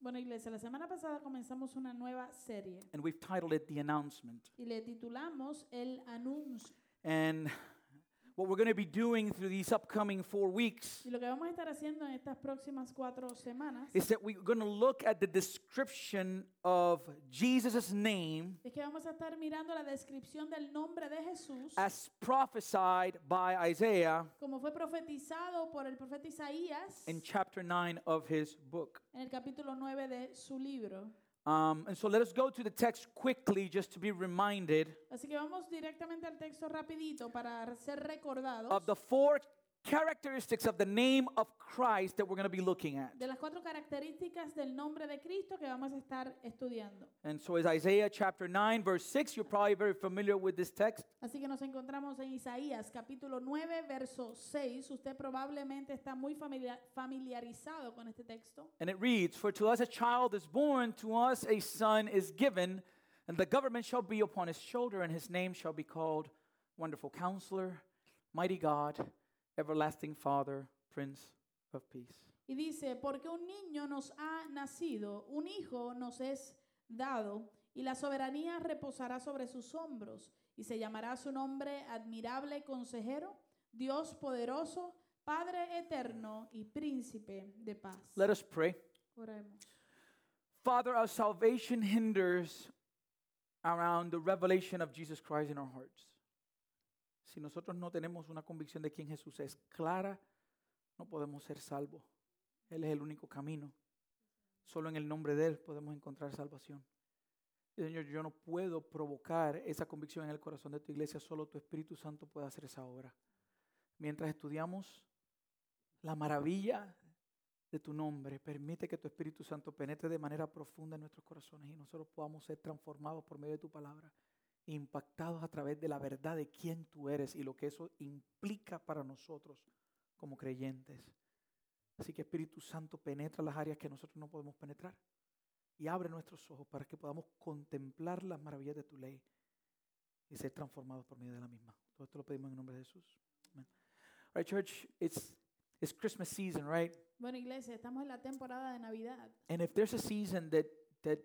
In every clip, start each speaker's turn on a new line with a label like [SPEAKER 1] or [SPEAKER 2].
[SPEAKER 1] Bueno, iglesia, la semana pasada comenzamos una nueva serie
[SPEAKER 2] and we've titled it The Announcement.
[SPEAKER 1] y le titulamos El Anuncio.
[SPEAKER 2] And what we're going to be doing through these upcoming four weeks
[SPEAKER 1] Y lo que vamos a estar haciendo en estas próximas cuatro semanas
[SPEAKER 2] is that we're going to look at the description of Jesus' name
[SPEAKER 1] es que vamos a estar mirando la descripción del nombre de Jesús
[SPEAKER 2] as prophesied by Isaiah
[SPEAKER 1] como fue profetizado por el profeta Isaías
[SPEAKER 2] in chapter 9 of his book.
[SPEAKER 1] en el capítulo 9 de su libro.
[SPEAKER 2] Um, and so let us go to the text quickly just to be reminded
[SPEAKER 1] Así que vamos directamente al texto rapidito para ser recordados
[SPEAKER 2] of the four characteristics of the name of Christ that we're going to be looking at.
[SPEAKER 1] de las cuatro características del nombre de Cristo que vamos a estar estudiando.
[SPEAKER 2] And so is Isaiah chapter 9 verse 6. You're probably very familiar with this text.
[SPEAKER 1] Así que nos encontramos en Isaías capítulo 9, verso 6. Usted probablemente está muy familia- familiarizado con este texto.
[SPEAKER 2] And it reads, For to us a child is born, to us a son is given, and the government shall be upon his shoulder, and his name shall be called Wonderful Counselor, Mighty God, Everlasting Father, Prince of Peace.
[SPEAKER 1] Y dice, porque un niño nos ha nacido, un hijo nos es dado, y la soberanía reposará sobre sus hombros, y se llamará su nombre admirable consejero, Dios poderoso, Padre eterno y príncipe de paz.
[SPEAKER 2] Let us pray.
[SPEAKER 1] Oremos.
[SPEAKER 2] Father, our salvation hinders around the revelation of Jesus Christ in our hearts. Si nosotros no tenemos una convicción de quién Jesús es clara, no podemos ser salvos. Él es el único camino. Solo en el nombre de Él podemos encontrar salvación. Y, Señor, yo no puedo provocar esa convicción en el corazón de tu iglesia, solo tu Espíritu Santo puede hacer esa obra. Mientras estudiamos la maravilla de tu nombre. Permite que tu Espíritu Santo penetre de manera profunda en nuestros corazones y nosotros podamos ser transformados por medio de tu palabra, impactados a través de la verdad de quién tú eres y lo que eso implica para nosotros como creyentes. Así que Espíritu Santo penetra las áreas que nosotros no podemos penetrar y abre nuestros ojos para que podamos contemplar las maravillas de tu ley y ser transformados por medio de la misma. Todo esto lo pedimos en el nombre de Jesús. Amen. All right, church, it's, it's Christmas season, right?
[SPEAKER 1] Bueno, iglesia, estamos en la temporada de Navidad.
[SPEAKER 2] And if there's a season that that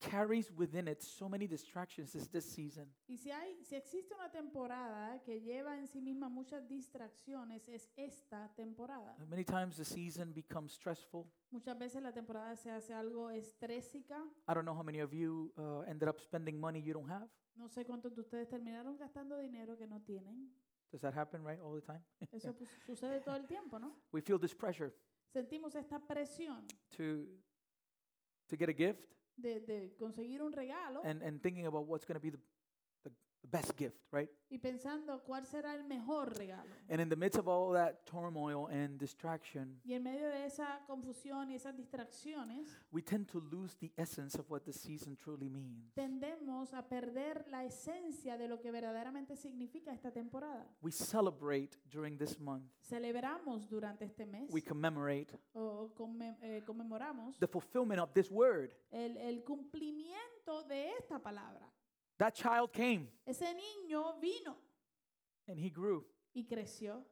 [SPEAKER 2] carries within it so many distractions, it's this season.
[SPEAKER 1] Y si, hay, si existe una temporada que lleva en sí misma muchas distracciones, es esta temporada.
[SPEAKER 2] Uh, Many times the season becomes stressful.
[SPEAKER 1] Muchas veces la temporada se hace algo estrésica.
[SPEAKER 2] I don't know how many of you uh, ended up spending money you don't have.
[SPEAKER 1] No sé cuántos de ustedes terminaron gastando dinero que no tienen.
[SPEAKER 2] Does that happen, right, all the time?
[SPEAKER 1] Eso pues, sucede todo el tiempo, ¿no?
[SPEAKER 2] We feel this pressure
[SPEAKER 1] Sentimos esta presión
[SPEAKER 2] to to get a gift
[SPEAKER 1] de, de conseguir un regalo
[SPEAKER 2] and and thinking about what's going to be the, the the best gift, right?
[SPEAKER 1] y pensando cuál será el mejor regalo.
[SPEAKER 2] And in the midst of all that turmoil and distraction,
[SPEAKER 1] Y en medio de esa confusión y esas distracciones,
[SPEAKER 2] we tend to lose the essence of what the season truly means.
[SPEAKER 1] tendemos a perder la esencia de lo que verdaderamente significa esta temporada.
[SPEAKER 2] We celebrate during this month.
[SPEAKER 1] Celebramos durante este mes
[SPEAKER 2] We commemorate
[SPEAKER 1] o conme- eh, conmemoramos
[SPEAKER 2] the fulfillment of this word.
[SPEAKER 1] el, el cumplimiento de esta palabra.
[SPEAKER 2] That child came
[SPEAKER 1] Ese niño vino
[SPEAKER 2] and he grew
[SPEAKER 1] y creció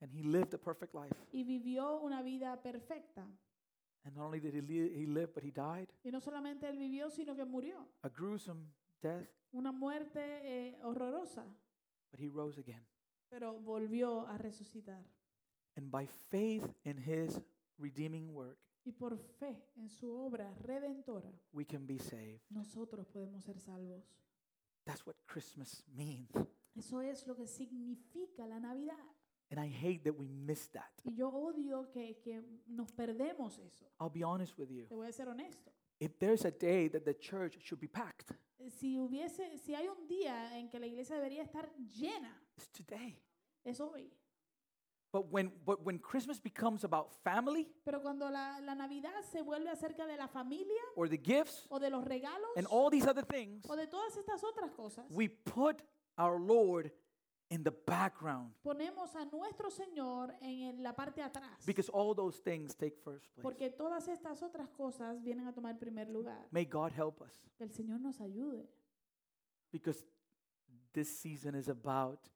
[SPEAKER 2] and he lived a perfect life.
[SPEAKER 1] y vivió una vida perfecta.
[SPEAKER 2] And not only did he, li- he live, but he died
[SPEAKER 1] Y no solamente él vivió, sino que murió.
[SPEAKER 2] a gruesome death,
[SPEAKER 1] Una muerte eh, horrorosa,
[SPEAKER 2] but he rose again.
[SPEAKER 1] pero volvió a resucitar.
[SPEAKER 2] And by faith in his redeeming work,
[SPEAKER 1] Y por fe en su obra redentora,
[SPEAKER 2] we can be saved.
[SPEAKER 1] nosotros podemos ser salvos.
[SPEAKER 2] That's what Christmas means.
[SPEAKER 1] Eso es lo que significa la Navidad.
[SPEAKER 2] And I hate that we miss that.
[SPEAKER 1] Y yo odio que, que nos perdemos eso.
[SPEAKER 2] I'll be honest with you.
[SPEAKER 1] Te voy a ser honesto.
[SPEAKER 2] If there's a day that the church should be packed,
[SPEAKER 1] Si hubiese, si hay un día en que la iglesia debería estar llena,
[SPEAKER 2] it's today.
[SPEAKER 1] es hoy.
[SPEAKER 2] But when, but when Christmas becomes about family
[SPEAKER 1] Pero cuando la, la Navidad se vuelve acerca de la familia
[SPEAKER 2] or the gifts
[SPEAKER 1] o de los regalos
[SPEAKER 2] and all these other things,
[SPEAKER 1] o de todas estas otras cosas,
[SPEAKER 2] we put our Lord in the background
[SPEAKER 1] ponemos a nuestro Señor en el- la parte de atrás.
[SPEAKER 2] because all those things take first place.
[SPEAKER 1] Porque todas estas otras cosas vienen a tomar primer lugar.
[SPEAKER 2] May God help us
[SPEAKER 1] Que el Señor nos ayude.
[SPEAKER 2] because this season is about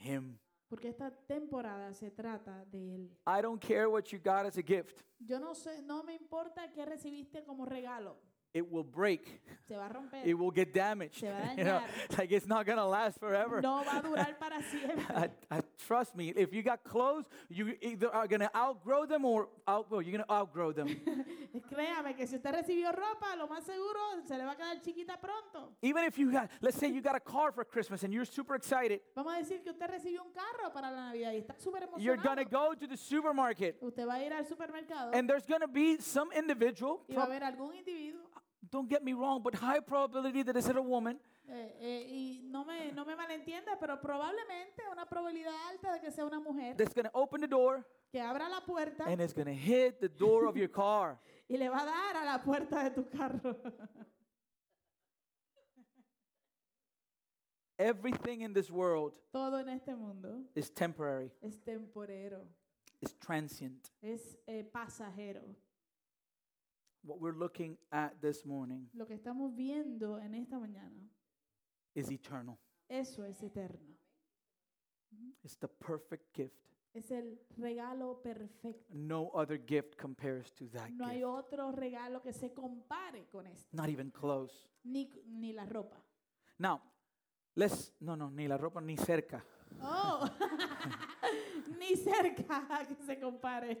[SPEAKER 2] Him.
[SPEAKER 1] Porque esta temporada se trata de Él.
[SPEAKER 2] I don't care what you got as a gift,
[SPEAKER 1] Yo no sé, no me importa qué recibiste como regalo.
[SPEAKER 2] it will break,
[SPEAKER 1] Se va a romper.
[SPEAKER 2] it will get damaged.
[SPEAKER 1] Se va a
[SPEAKER 2] You know,
[SPEAKER 1] dañar.
[SPEAKER 2] like it's not going to last forever.
[SPEAKER 1] No va a durar para
[SPEAKER 2] I,
[SPEAKER 1] siempre.
[SPEAKER 2] I, trust me, if you got clothes, you either are going to outgrow them or outgrow. You're going to outgrow them.
[SPEAKER 1] Créame que si usted recibió ropa, lo más seguro se le va a quedar chiquita pronto.
[SPEAKER 2] Even if you got, let's say you got a car for Christmas and you're super excited,
[SPEAKER 1] Vamos a decir que usted recibió un carro para la Navidad y está súper
[SPEAKER 2] you're going to
[SPEAKER 1] emocionado.
[SPEAKER 2] go to the supermarket
[SPEAKER 1] Usted va a ir al supermercado
[SPEAKER 2] and there's going to be some individual,
[SPEAKER 1] y va a
[SPEAKER 2] prob-
[SPEAKER 1] haber algún individuo.
[SPEAKER 2] don't get me wrong, but high probability that it's a woman
[SPEAKER 1] eh, eh, y no me, no me malentienda, pero probablemente una probabilidad alta de que sea una mujer
[SPEAKER 2] that's going to open the door
[SPEAKER 1] que abra la puerta
[SPEAKER 2] and it's going to hit the door of your car.
[SPEAKER 1] y le va a dar a la puerta de tu carro.
[SPEAKER 2] Everything in this world
[SPEAKER 1] Todo en este mundo
[SPEAKER 2] is temporary,
[SPEAKER 1] es temporero,
[SPEAKER 2] is transient.
[SPEAKER 1] es eh, pasajero.
[SPEAKER 2] What we're looking at this morning
[SPEAKER 1] Lo que estamos viendo en esta mañana,
[SPEAKER 2] is eternal.
[SPEAKER 1] eso es eterno.
[SPEAKER 2] It's the perfect gift.
[SPEAKER 1] Es el regalo perfecto.
[SPEAKER 2] No other gift compares to that
[SPEAKER 1] No hay
[SPEAKER 2] gift.
[SPEAKER 1] otro regalo que se compare con este,
[SPEAKER 2] Not even close.
[SPEAKER 1] ni, c- ni la ropa.
[SPEAKER 2] Now, let's no no ni la ropa ni cerca.
[SPEAKER 1] Oh, ni cerca que se compare.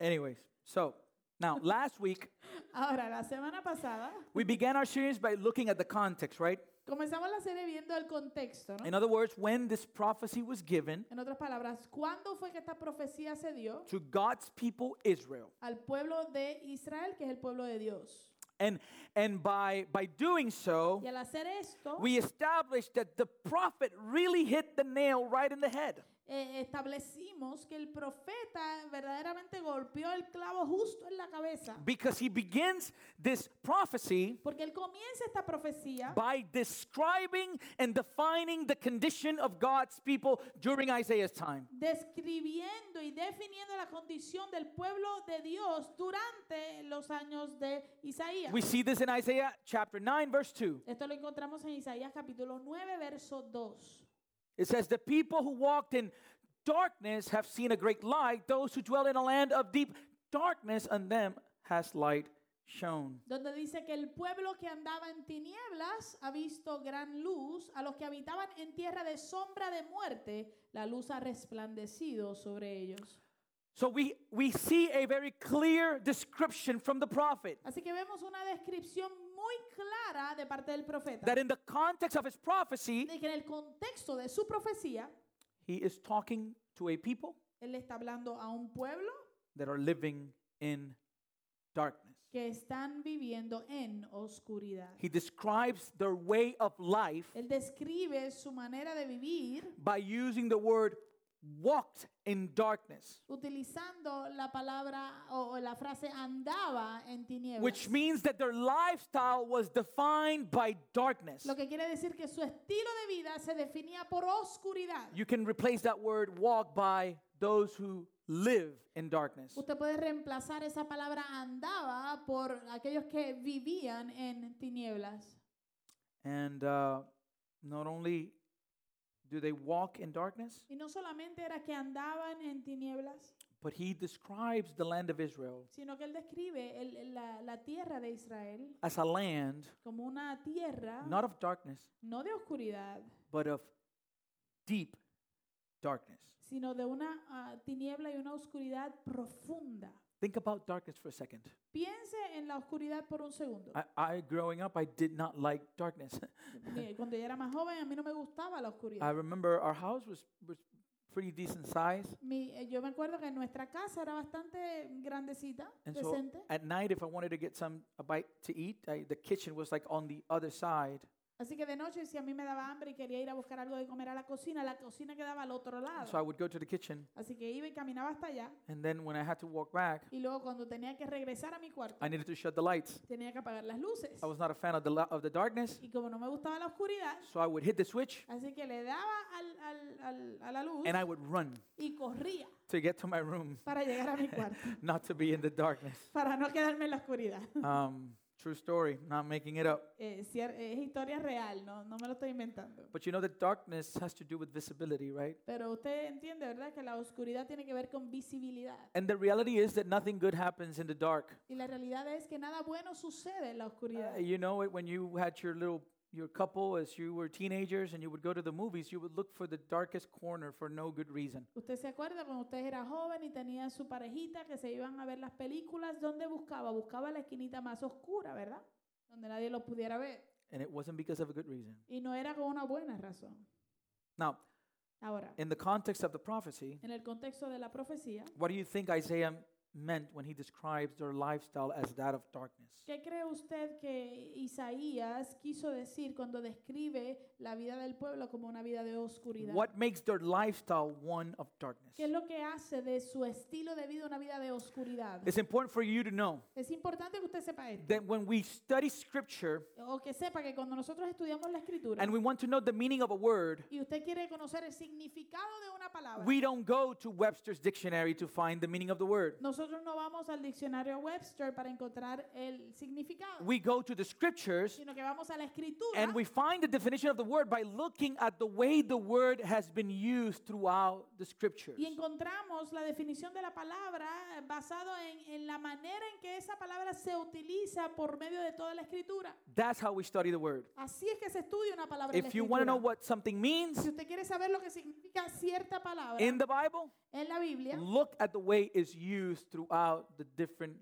[SPEAKER 2] Anyways, so now last week
[SPEAKER 1] Ahora, la semana pasada
[SPEAKER 2] we began our series by looking at the context, right?
[SPEAKER 1] comenzamos la serie viendo el contexto, ¿no?
[SPEAKER 2] In other words, when this prophecy was given
[SPEAKER 1] En otras palabras, ¿cuándo fue que esta profecía se dio
[SPEAKER 2] to God's people Israel.
[SPEAKER 1] al pueblo de Israel, que es el pueblo de Dios?
[SPEAKER 2] And and by by doing so,
[SPEAKER 1] Y al hacer esto,
[SPEAKER 2] Oh. we established that the prophet really hit the nail right in the head.
[SPEAKER 1] eh, establecimos que el profeta verdaderamente golpeó el clavo justo en la cabeza.
[SPEAKER 2] Because he begins this prophecy
[SPEAKER 1] Porque él comienza esta profecía
[SPEAKER 2] by describing and defining the condition of God's people during Isaiah's time.
[SPEAKER 1] describiendo y definiendo la condición del pueblo de Dios durante los años de Isaías.
[SPEAKER 2] We see this in Isaiah chapter 9, verse 2.
[SPEAKER 1] Esto lo encontramos en Isaías capítulo 9, verso 2.
[SPEAKER 2] It says, The people who walked in darkness have seen a great light. Those who dwell in a land of deep darkness, on them has light shone.
[SPEAKER 1] donde dice que el pueblo que andaba en tinieblas ha visto gran luz, a los que habitaban en tierra de sombra de muerte, la luz ha resplandecido sobre ellos.
[SPEAKER 2] So we, we see a very clear description from the prophet.
[SPEAKER 1] Así que vemos una descripción muy clara de parte del profeta,
[SPEAKER 2] that in the context of his prophecy,
[SPEAKER 1] de que en el contexto de su profecía,
[SPEAKER 2] he is talking to a people
[SPEAKER 1] él le está hablando a un pueblo
[SPEAKER 2] that are living in darkness.
[SPEAKER 1] que están viviendo en oscuridad.
[SPEAKER 2] He describes their way of life
[SPEAKER 1] Él describe su manera de vivir
[SPEAKER 2] by using the word walked in darkness,
[SPEAKER 1] utilizando la palabra o, o la frase andaba en tinieblas.
[SPEAKER 2] which means that their lifestyle was defined by darkness.
[SPEAKER 1] Lo que quiere decir que su estilo de vida se definía por oscuridad.
[SPEAKER 2] You can replace that word walk by those who live in darkness.
[SPEAKER 1] Usted puede reemplazar esa palabra andaba por aquellos que vivían en tinieblas.
[SPEAKER 2] And uh, not only do they walk in darkness,
[SPEAKER 1] Y no solamente era que andaban en tinieblas,
[SPEAKER 2] but he describes the land of Israel
[SPEAKER 1] sino que él describe el- el- la, la tierra de Israel
[SPEAKER 2] as a land
[SPEAKER 1] como una tierra
[SPEAKER 2] not of darkness,
[SPEAKER 1] no de oscuridad,
[SPEAKER 2] but of deep darkness.
[SPEAKER 1] sino de una ah, tiniebla y una oscuridad profunda.
[SPEAKER 2] Think about darkness for a second.
[SPEAKER 1] Piense en la oscuridad por un segundo.
[SPEAKER 2] I, I growing up, I did not like darkness.
[SPEAKER 1] Eh, Cuando yo era más joven, a mí no me gustaba la oscuridad.
[SPEAKER 2] I remember our house was, was pretty decent size,
[SPEAKER 1] Mi- eh, yo me acuerdo que nuestra casa era bastante grandecita,
[SPEAKER 2] and so
[SPEAKER 1] decente.
[SPEAKER 2] at night, if I wanted to get some a bite to eat, I, the kitchen was like on the other side.
[SPEAKER 1] Así que de noche, si a mí me daba hambre y quería ir a buscar algo de comer a la cocina, la cocina quedaba al otro lado.
[SPEAKER 2] So I would go to the kitchen,
[SPEAKER 1] Así que iba y caminaba hasta allá.
[SPEAKER 2] and then when I had to walk back,
[SPEAKER 1] Y luego cuando tenía que regresar a mi cuarto,
[SPEAKER 2] I needed to shut the lights.
[SPEAKER 1] tenía que apagar las luces.
[SPEAKER 2] I was not a fan of the lo- of the darkness,
[SPEAKER 1] Y como no me gustaba la oscuridad,
[SPEAKER 2] so I would hit the switch
[SPEAKER 1] así que le daba al- al- al- a la luz
[SPEAKER 2] and I would run
[SPEAKER 1] y corría
[SPEAKER 2] to get to my room,
[SPEAKER 1] para llegar a mi cuarto,
[SPEAKER 2] not to be in the darkness.
[SPEAKER 1] para no quedarme en la oscuridad.
[SPEAKER 2] Um, True story, not making it up.
[SPEAKER 1] Eh, cier- es historia real, no, no me lo estoy inventando.
[SPEAKER 2] But you know that darkness has to do with visibility, right?
[SPEAKER 1] Pero usted entiende, ¿verdad? Que la oscuridad tiene que ver con visibilidad.
[SPEAKER 2] And the reality is that nothing good happens in the dark.
[SPEAKER 1] Y la realidad es que nada bueno sucede en la oscuridad.
[SPEAKER 2] Uh, you know it when you had your little your couple as you were teenagers and you would go to the movies, you would look for the darkest corner for no good reason.
[SPEAKER 1] Usted se acuerda cuando usted era joven y tenía su parejita que se iban a ver las películas, ¿dónde buscaba? Buscaba la esquinita más oscura, ¿verdad? Donde nadie lo pudiera ver.
[SPEAKER 2] And it wasn't because of a good reason.
[SPEAKER 1] Y no era con una buena razón.
[SPEAKER 2] Now,
[SPEAKER 1] Ahora,
[SPEAKER 2] in the context of the prophecy,
[SPEAKER 1] en el contexto de la profecía,
[SPEAKER 2] what do you think Isaiah meant when he describes their lifestyle as that of darkness?
[SPEAKER 1] ¿qué cree usted que Isaías quiso decir cuando describe la vida del pueblo como una vida de oscuridad?
[SPEAKER 2] What makes their lifestyle one of
[SPEAKER 1] ¿Qué es
[SPEAKER 2] darkness?
[SPEAKER 1] lo que hace de su estilo de vida una vida de oscuridad?
[SPEAKER 2] It's important for you to know
[SPEAKER 1] Es importante que usted sepa esto.
[SPEAKER 2] that when we study scripture
[SPEAKER 1] O que sepa que cuando nosotros estudiamos la escritura
[SPEAKER 2] and we want to know the meaning of a word,
[SPEAKER 1] y usted quiere conocer el significado de una palabra,
[SPEAKER 2] we don't go to Webster's dictionary to find the meaning of the word.
[SPEAKER 1] nosotros no vamos al diccionario Webster para encontrar el significado,
[SPEAKER 2] We go to the scriptures
[SPEAKER 1] sino que vamos a la escritura
[SPEAKER 2] and we find the definition of the word by looking at the way the word has been used throughout the scriptures.
[SPEAKER 1] y encontramos la definición de la palabra eh, basado en, en la manera en que esa palabra se utiliza por medio de toda la escritura.
[SPEAKER 2] That's how we study the word.
[SPEAKER 1] Así es que se estudia una palabra en la
[SPEAKER 2] If you want to know
[SPEAKER 1] escritura.
[SPEAKER 2] what something means
[SPEAKER 1] Si usted quiere saber lo que significa cierta palabra
[SPEAKER 2] in the Bible,
[SPEAKER 1] en la Biblia,
[SPEAKER 2] look at the way it's used throughout the different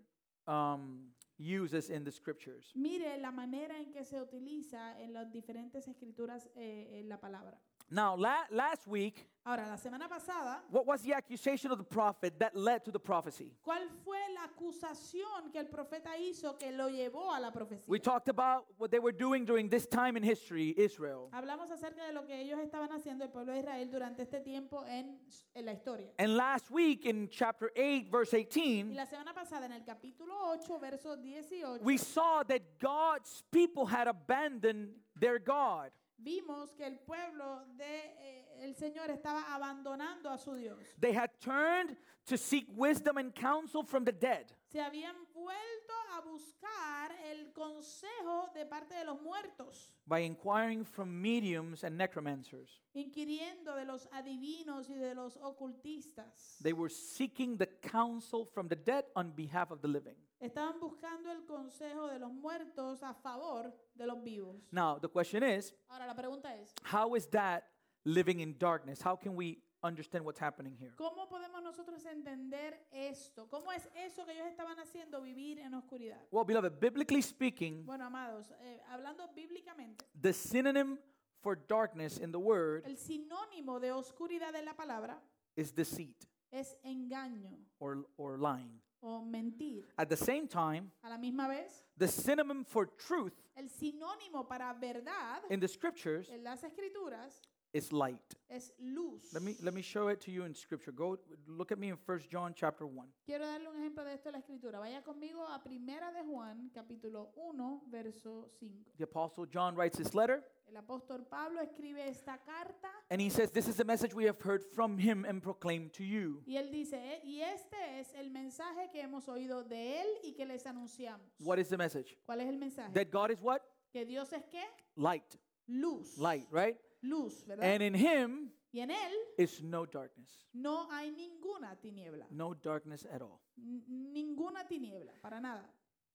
[SPEAKER 2] um, uses in the scriptures.
[SPEAKER 1] Mire la manera en que se utiliza en las diferentes escrituras eh, en la palabra.
[SPEAKER 2] Now, la- last week,
[SPEAKER 1] Ahora, la semana pasada,
[SPEAKER 2] what was the accusation of the prophet that led to the prophecy?
[SPEAKER 1] ¿cuál fue la acusación que el profeta hizo que lo llevó a la profecía?
[SPEAKER 2] We talked about what they were doing during this time in history, Israel.
[SPEAKER 1] Hablamos acerca de lo que ellos estaban haciendo el pueblo de Israel durante este tiempo en, en la historia.
[SPEAKER 2] And last week in chapter 8, verse
[SPEAKER 1] Y
[SPEAKER 2] 18,
[SPEAKER 1] la semana pasada, en el capítulo 8, verso 18,
[SPEAKER 2] we saw that God's people had abandoned their God.
[SPEAKER 1] vimos que el pueblo de eh, el Señor estaba abandonando a su Dios.
[SPEAKER 2] They had turned to seek wisdom and counsel from the dead.
[SPEAKER 1] se habían vuelto a buscar el consejo de parte de los muertos,
[SPEAKER 2] by inquiring from mediums and necromancers.
[SPEAKER 1] inquiriendo de los adivinos y de los ocultistas.
[SPEAKER 2] They were seeking the counsel from the dead on behalf of the living.
[SPEAKER 1] Estaban buscando el consejo de los muertos a favor de los vivos.
[SPEAKER 2] Now, the question is
[SPEAKER 1] Ahora la pregunta es,
[SPEAKER 2] how is that living in darkness? How can we understand what's happening here?
[SPEAKER 1] ¿cómo podemos nosotros entender esto? ¿Cómo es eso que ellos estaban haciendo, vivir en oscuridad?
[SPEAKER 2] Well, beloved, biblically speaking,
[SPEAKER 1] Bueno, amados, eh, hablando bíblicamente,
[SPEAKER 2] the synonym for darkness in the word
[SPEAKER 1] el sinónimo de oscuridad en la palabra
[SPEAKER 2] is deceit
[SPEAKER 1] es engaño
[SPEAKER 2] or, or lying.
[SPEAKER 1] o mentir.
[SPEAKER 2] At the same time,
[SPEAKER 1] A la misma vez,
[SPEAKER 2] the synonym for truth
[SPEAKER 1] El sinónimo para verdad
[SPEAKER 2] in the scriptures
[SPEAKER 1] en las escrituras
[SPEAKER 2] is light.
[SPEAKER 1] es luz.
[SPEAKER 2] Let me, let me show it to you in scripture. Go look at me in 1 John chapter 1.
[SPEAKER 1] Quiero darle un ejemplo de esto en la escritura. Vaya conmigo a Primera de Juan, capítulo 1, verso 5.
[SPEAKER 2] The apostle John writes this letter
[SPEAKER 1] El apóstol Pablo escribe esta carta
[SPEAKER 2] And he says, This is the message we have heard from him and proclaimed to you.
[SPEAKER 1] y él dice, "Eh, y este es el mensaje que hemos oído de él y que les anunciamos.
[SPEAKER 2] What is the message?
[SPEAKER 1] ¿Cuál es el mensaje?
[SPEAKER 2] That God is what?
[SPEAKER 1] que Dios es qué?
[SPEAKER 2] Light.
[SPEAKER 1] Luz.
[SPEAKER 2] Light, right?
[SPEAKER 1] Luz, ¿verdad?
[SPEAKER 2] And in him
[SPEAKER 1] y en él
[SPEAKER 2] is no darkness.
[SPEAKER 1] no hay ninguna tiniebla.
[SPEAKER 2] No darkness at all.
[SPEAKER 1] N- Ninguna tiniebla, para nada.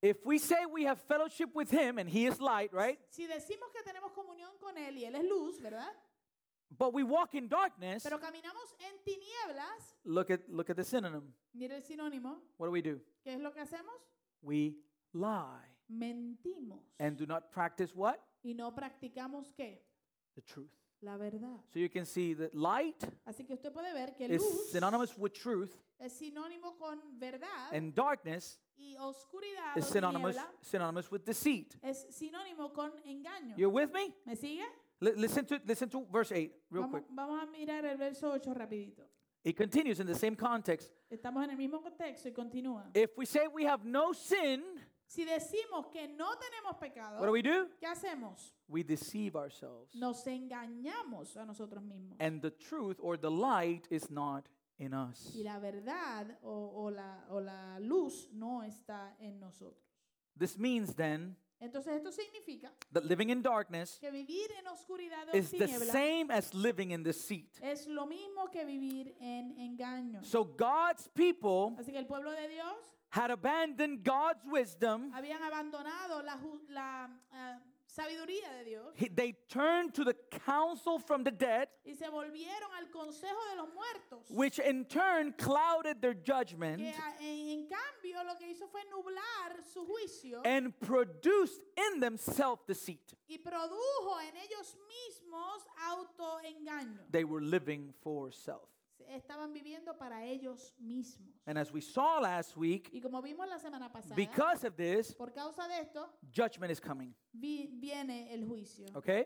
[SPEAKER 2] If we say we have fellowship with him and he is light, right?
[SPEAKER 1] Si decimos que tenemos comunión con Él y Él es luz, ¿verdad?
[SPEAKER 2] But we walk in darkness,
[SPEAKER 1] Pero caminamos en tinieblas,
[SPEAKER 2] look at look at the synonym.
[SPEAKER 1] mire el sinónimo,
[SPEAKER 2] What do we do?
[SPEAKER 1] ¿qué es lo que hacemos?
[SPEAKER 2] We lie
[SPEAKER 1] Mentimos
[SPEAKER 2] and do not practice what?
[SPEAKER 1] y no practicamos qué?
[SPEAKER 2] The truth.
[SPEAKER 1] La verdad.
[SPEAKER 2] So you can see that light
[SPEAKER 1] Así que usted puede ver que
[SPEAKER 2] is
[SPEAKER 1] luz
[SPEAKER 2] synonymous with truth
[SPEAKER 1] es sinónimo con verdad
[SPEAKER 2] and darkness
[SPEAKER 1] y oscuridad
[SPEAKER 2] is
[SPEAKER 1] o
[SPEAKER 2] synonymous
[SPEAKER 1] tiniebla
[SPEAKER 2] synonymous with deceit.
[SPEAKER 1] es sinónimo con engaño.
[SPEAKER 2] You're with me?
[SPEAKER 1] ¿Me sigue?
[SPEAKER 2] Li- listen to listen to verse 8 real
[SPEAKER 1] Vamos,
[SPEAKER 2] quick.
[SPEAKER 1] vamos a mirar el verso 8 rapidito.
[SPEAKER 2] It continues in the same context.
[SPEAKER 1] Estamos en el mismo contexto y continúa.
[SPEAKER 2] If we say we have no sin,
[SPEAKER 1] Si decimos que no tenemos
[SPEAKER 2] what do
[SPEAKER 1] pecado,
[SPEAKER 2] we do?
[SPEAKER 1] ¿qué hacemos?
[SPEAKER 2] We deceive ourselves.
[SPEAKER 1] nos engañamos a nosotros mismos.
[SPEAKER 2] And the truth or the light is not in us.
[SPEAKER 1] Y la verdad o, o la, o la luz no está en nosotros.
[SPEAKER 2] This means then
[SPEAKER 1] Entonces esto significa
[SPEAKER 2] that living in darkness
[SPEAKER 1] que vivir en oscuridad o en
[SPEAKER 2] is the
[SPEAKER 1] tinieblas
[SPEAKER 2] same as living in deceit.
[SPEAKER 1] es lo mismo que vivir en engaño.
[SPEAKER 2] So God's people
[SPEAKER 1] Así que el pueblo de Dios
[SPEAKER 2] had abandoned God's wisdom.
[SPEAKER 1] habían abandonado la, ju- la, ah, sabiduría de Dios
[SPEAKER 2] He- They turned to the counsel from the dead,
[SPEAKER 1] y se volvieron al consejo de los muertos.
[SPEAKER 2] which in turn clouded their
[SPEAKER 1] que
[SPEAKER 2] judgment
[SPEAKER 1] a- en, en cambio lo que hizo fue nublar su juicio
[SPEAKER 2] and produced in them self deceit.
[SPEAKER 1] y produjo en ellos mismos autoengaño.
[SPEAKER 2] They were living for self.
[SPEAKER 1] Estaban viviendo para ellos mismos.
[SPEAKER 2] And as we saw last week,
[SPEAKER 1] Y como vimos la semana pasada,
[SPEAKER 2] because of this,
[SPEAKER 1] por causa de esto
[SPEAKER 2] judgment is coming.
[SPEAKER 1] vi- viene el juicio.
[SPEAKER 2] Okay?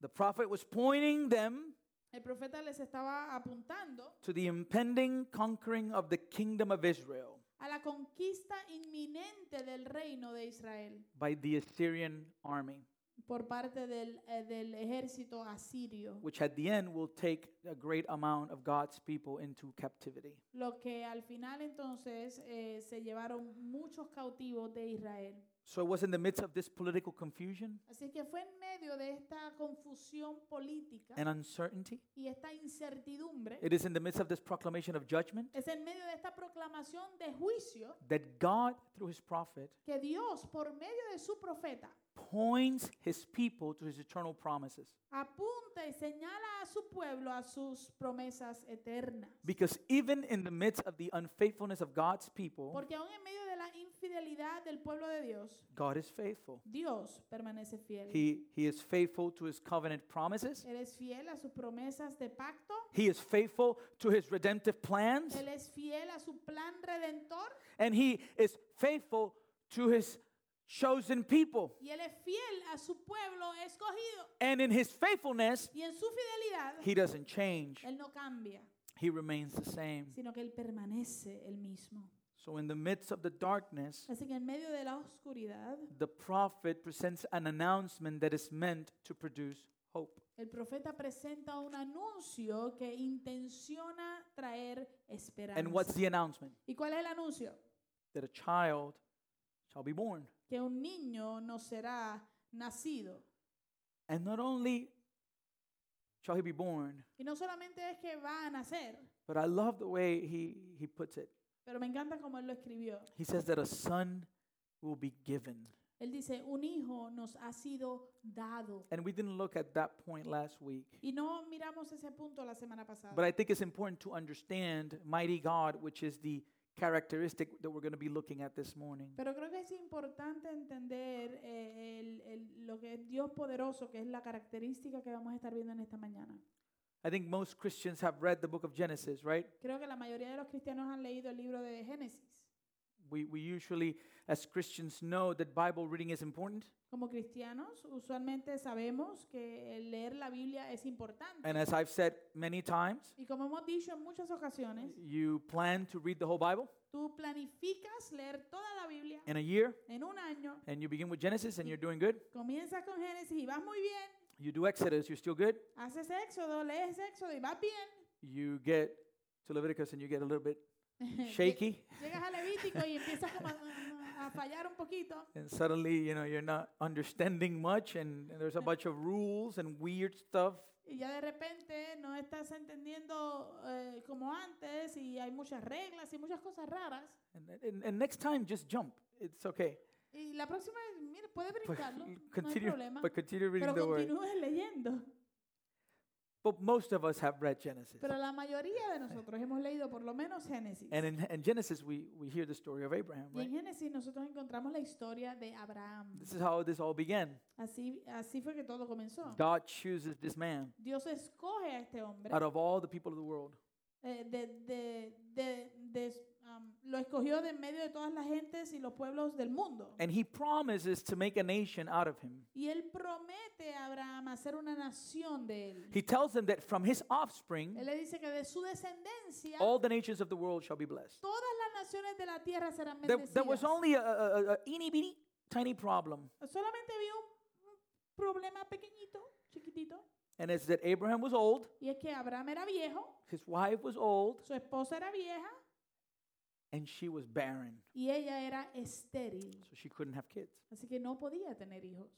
[SPEAKER 2] The prophet was pointing them
[SPEAKER 1] El profeta les estaba apuntando
[SPEAKER 2] to the impending conquering of the kingdom of Israel
[SPEAKER 1] a la conquista inminente del reino de Israel
[SPEAKER 2] by the Assyrian army,
[SPEAKER 1] por parte del, eh, del ejército asirio,
[SPEAKER 2] which at the end will take a great amount of God's people into captivity.
[SPEAKER 1] lo que al final entonces eh, se llevaron muchos cautivos de Israel.
[SPEAKER 2] So it was in the midst of this political confusion
[SPEAKER 1] Así que fue en medio de esta confusión política
[SPEAKER 2] and uncertainty.
[SPEAKER 1] y esta incertidumbre,
[SPEAKER 2] It is in the midst of this proclamation of judgment
[SPEAKER 1] es en medio de esta proclamación de juicio
[SPEAKER 2] that God, through his prophet,
[SPEAKER 1] que Dios, por medio de su profeta,
[SPEAKER 2] points his people to his eternal promises.
[SPEAKER 1] apunta y señala a su pueblo a sus promesas eternas.
[SPEAKER 2] Because even in the midst of the unfaithfulness of God's people,
[SPEAKER 1] Porque aún en medio de la infidelidad del pueblo de Dios,
[SPEAKER 2] God is faithful.
[SPEAKER 1] Dios permanece fiel.
[SPEAKER 2] He, he is faithful to his covenant promises.
[SPEAKER 1] Él es fiel a sus promesas de pacto.
[SPEAKER 2] He is faithful to his redemptive plans.
[SPEAKER 1] Él es fiel a su plan redentor
[SPEAKER 2] And he is faithful to his chosen people.
[SPEAKER 1] y él es fiel a su pueblo escogido.
[SPEAKER 2] And in his faithfulness,
[SPEAKER 1] Y en su fidelidad,
[SPEAKER 2] he doesn't change,
[SPEAKER 1] Él no cambia,
[SPEAKER 2] he remains the same.
[SPEAKER 1] sino que Él permanece el mismo.
[SPEAKER 2] So, in the midst of the darkness,
[SPEAKER 1] Así que en medio de la oscuridad,
[SPEAKER 2] the prophet presents an announcement that is meant to produce hope.
[SPEAKER 1] el profeta presenta un anuncio que intenciona traer
[SPEAKER 2] And what's
[SPEAKER 1] esperanza.
[SPEAKER 2] the announcement?
[SPEAKER 1] ¿Y cuál es el anuncio?
[SPEAKER 2] That a child shall be born.
[SPEAKER 1] Que un niño no será nacido.
[SPEAKER 2] And not only shall he be born,
[SPEAKER 1] Y no solamente es que va a nacer,
[SPEAKER 2] but I love the way he, he puts it.
[SPEAKER 1] pero me encanta como Él lo escribió.
[SPEAKER 2] He says that a son will be given.
[SPEAKER 1] Él dice, un hijo nos ha sido dado.
[SPEAKER 2] And we didn't look at that point last week.
[SPEAKER 1] Y no miramos ese punto la semana pasada.
[SPEAKER 2] But I think it's important to understand mighty God, which is the characteristic that we're going to be looking at this morning.
[SPEAKER 1] Pero creo que es importante entender eh, el- el- lo que es Dios poderoso, que es la característica que vamos a estar viendo en esta mañana.
[SPEAKER 2] I think most Christians have read the book of Genesis, right?
[SPEAKER 1] Creo que la mayoría de los cristianos han leído el libro de Génesis.
[SPEAKER 2] We, we usually, as Christians, know that Bible reading is important.
[SPEAKER 1] Como cristianos, usualmente sabemos que el leer la Biblia es importante.
[SPEAKER 2] And as I've said many times,
[SPEAKER 1] Y como hemos dicho en muchas ocasiones,
[SPEAKER 2] you plan to read the whole Bible
[SPEAKER 1] tú planificas leer toda la Biblia
[SPEAKER 2] in a year,
[SPEAKER 1] en un año,
[SPEAKER 2] and you begin with Genesis, and you're doing good.
[SPEAKER 1] comienzas con Génesis y vas muy bien,
[SPEAKER 2] You do Exodus, you're still good.
[SPEAKER 1] haces Éxodo, lees Éxodo y vas bien.
[SPEAKER 2] You get to Leviticus, and you get a little bit shaky,
[SPEAKER 1] Llegas a Levítico y empiezas como a- a fallar un poquito.
[SPEAKER 2] and suddenly, you know, you're not understanding much, and, and there's a bunch of rules and weird stuff.
[SPEAKER 1] Y ya de repente no estás entendiendo eh, como antes y hay muchas reglas y muchas cosas raras.
[SPEAKER 2] And, and, and next time, just jump. It's okay.
[SPEAKER 1] Y la próxima vez, mire, puedes
[SPEAKER 2] But
[SPEAKER 1] brincarlo, no hay
[SPEAKER 2] continue,
[SPEAKER 1] problema.
[SPEAKER 2] but continue reading
[SPEAKER 1] Pero
[SPEAKER 2] the word.
[SPEAKER 1] continúes leyendo.
[SPEAKER 2] But most of us have read Genesis.
[SPEAKER 1] Pero la mayoría de nosotros hemos leído por lo menos Génesis.
[SPEAKER 2] And in, in Genesis, we, we hear the story of Abraham,
[SPEAKER 1] Y
[SPEAKER 2] right?
[SPEAKER 1] en Génesis nosotros encontramos la historia de Abraham.
[SPEAKER 2] This is how this all began.
[SPEAKER 1] Así, así fue que todo comenzó.
[SPEAKER 2] God chooses this man
[SPEAKER 1] Dios escoge a este hombre.
[SPEAKER 2] out of all the people of the world.
[SPEAKER 1] eh, de, de, de, de- am, lo escogió de en medio de todas las gentes y los pueblos del mundo.
[SPEAKER 2] And he promises to make a nation out of him.
[SPEAKER 1] Y él promete a Abraham hacer una nación de él.
[SPEAKER 2] He tells him that from his offspring,
[SPEAKER 1] Él le dice que de su descendencia
[SPEAKER 2] all the nations of the world shall be blessed.
[SPEAKER 1] todas las naciones de la tierra serán
[SPEAKER 2] There,
[SPEAKER 1] bendecidas.
[SPEAKER 2] there was only a, a, a- a eeny bitty tiny problem,
[SPEAKER 1] Solamente había un, un problema pequeñito, chiquitito,
[SPEAKER 2] and it's that Abraham was old,
[SPEAKER 1] y es que Abraham era viejo,
[SPEAKER 2] his wife was old,
[SPEAKER 1] su esposa era vieja
[SPEAKER 2] and she was barren,
[SPEAKER 1] y ella era estéril,
[SPEAKER 2] so she couldn't have kids.
[SPEAKER 1] así que no podía tener hijos.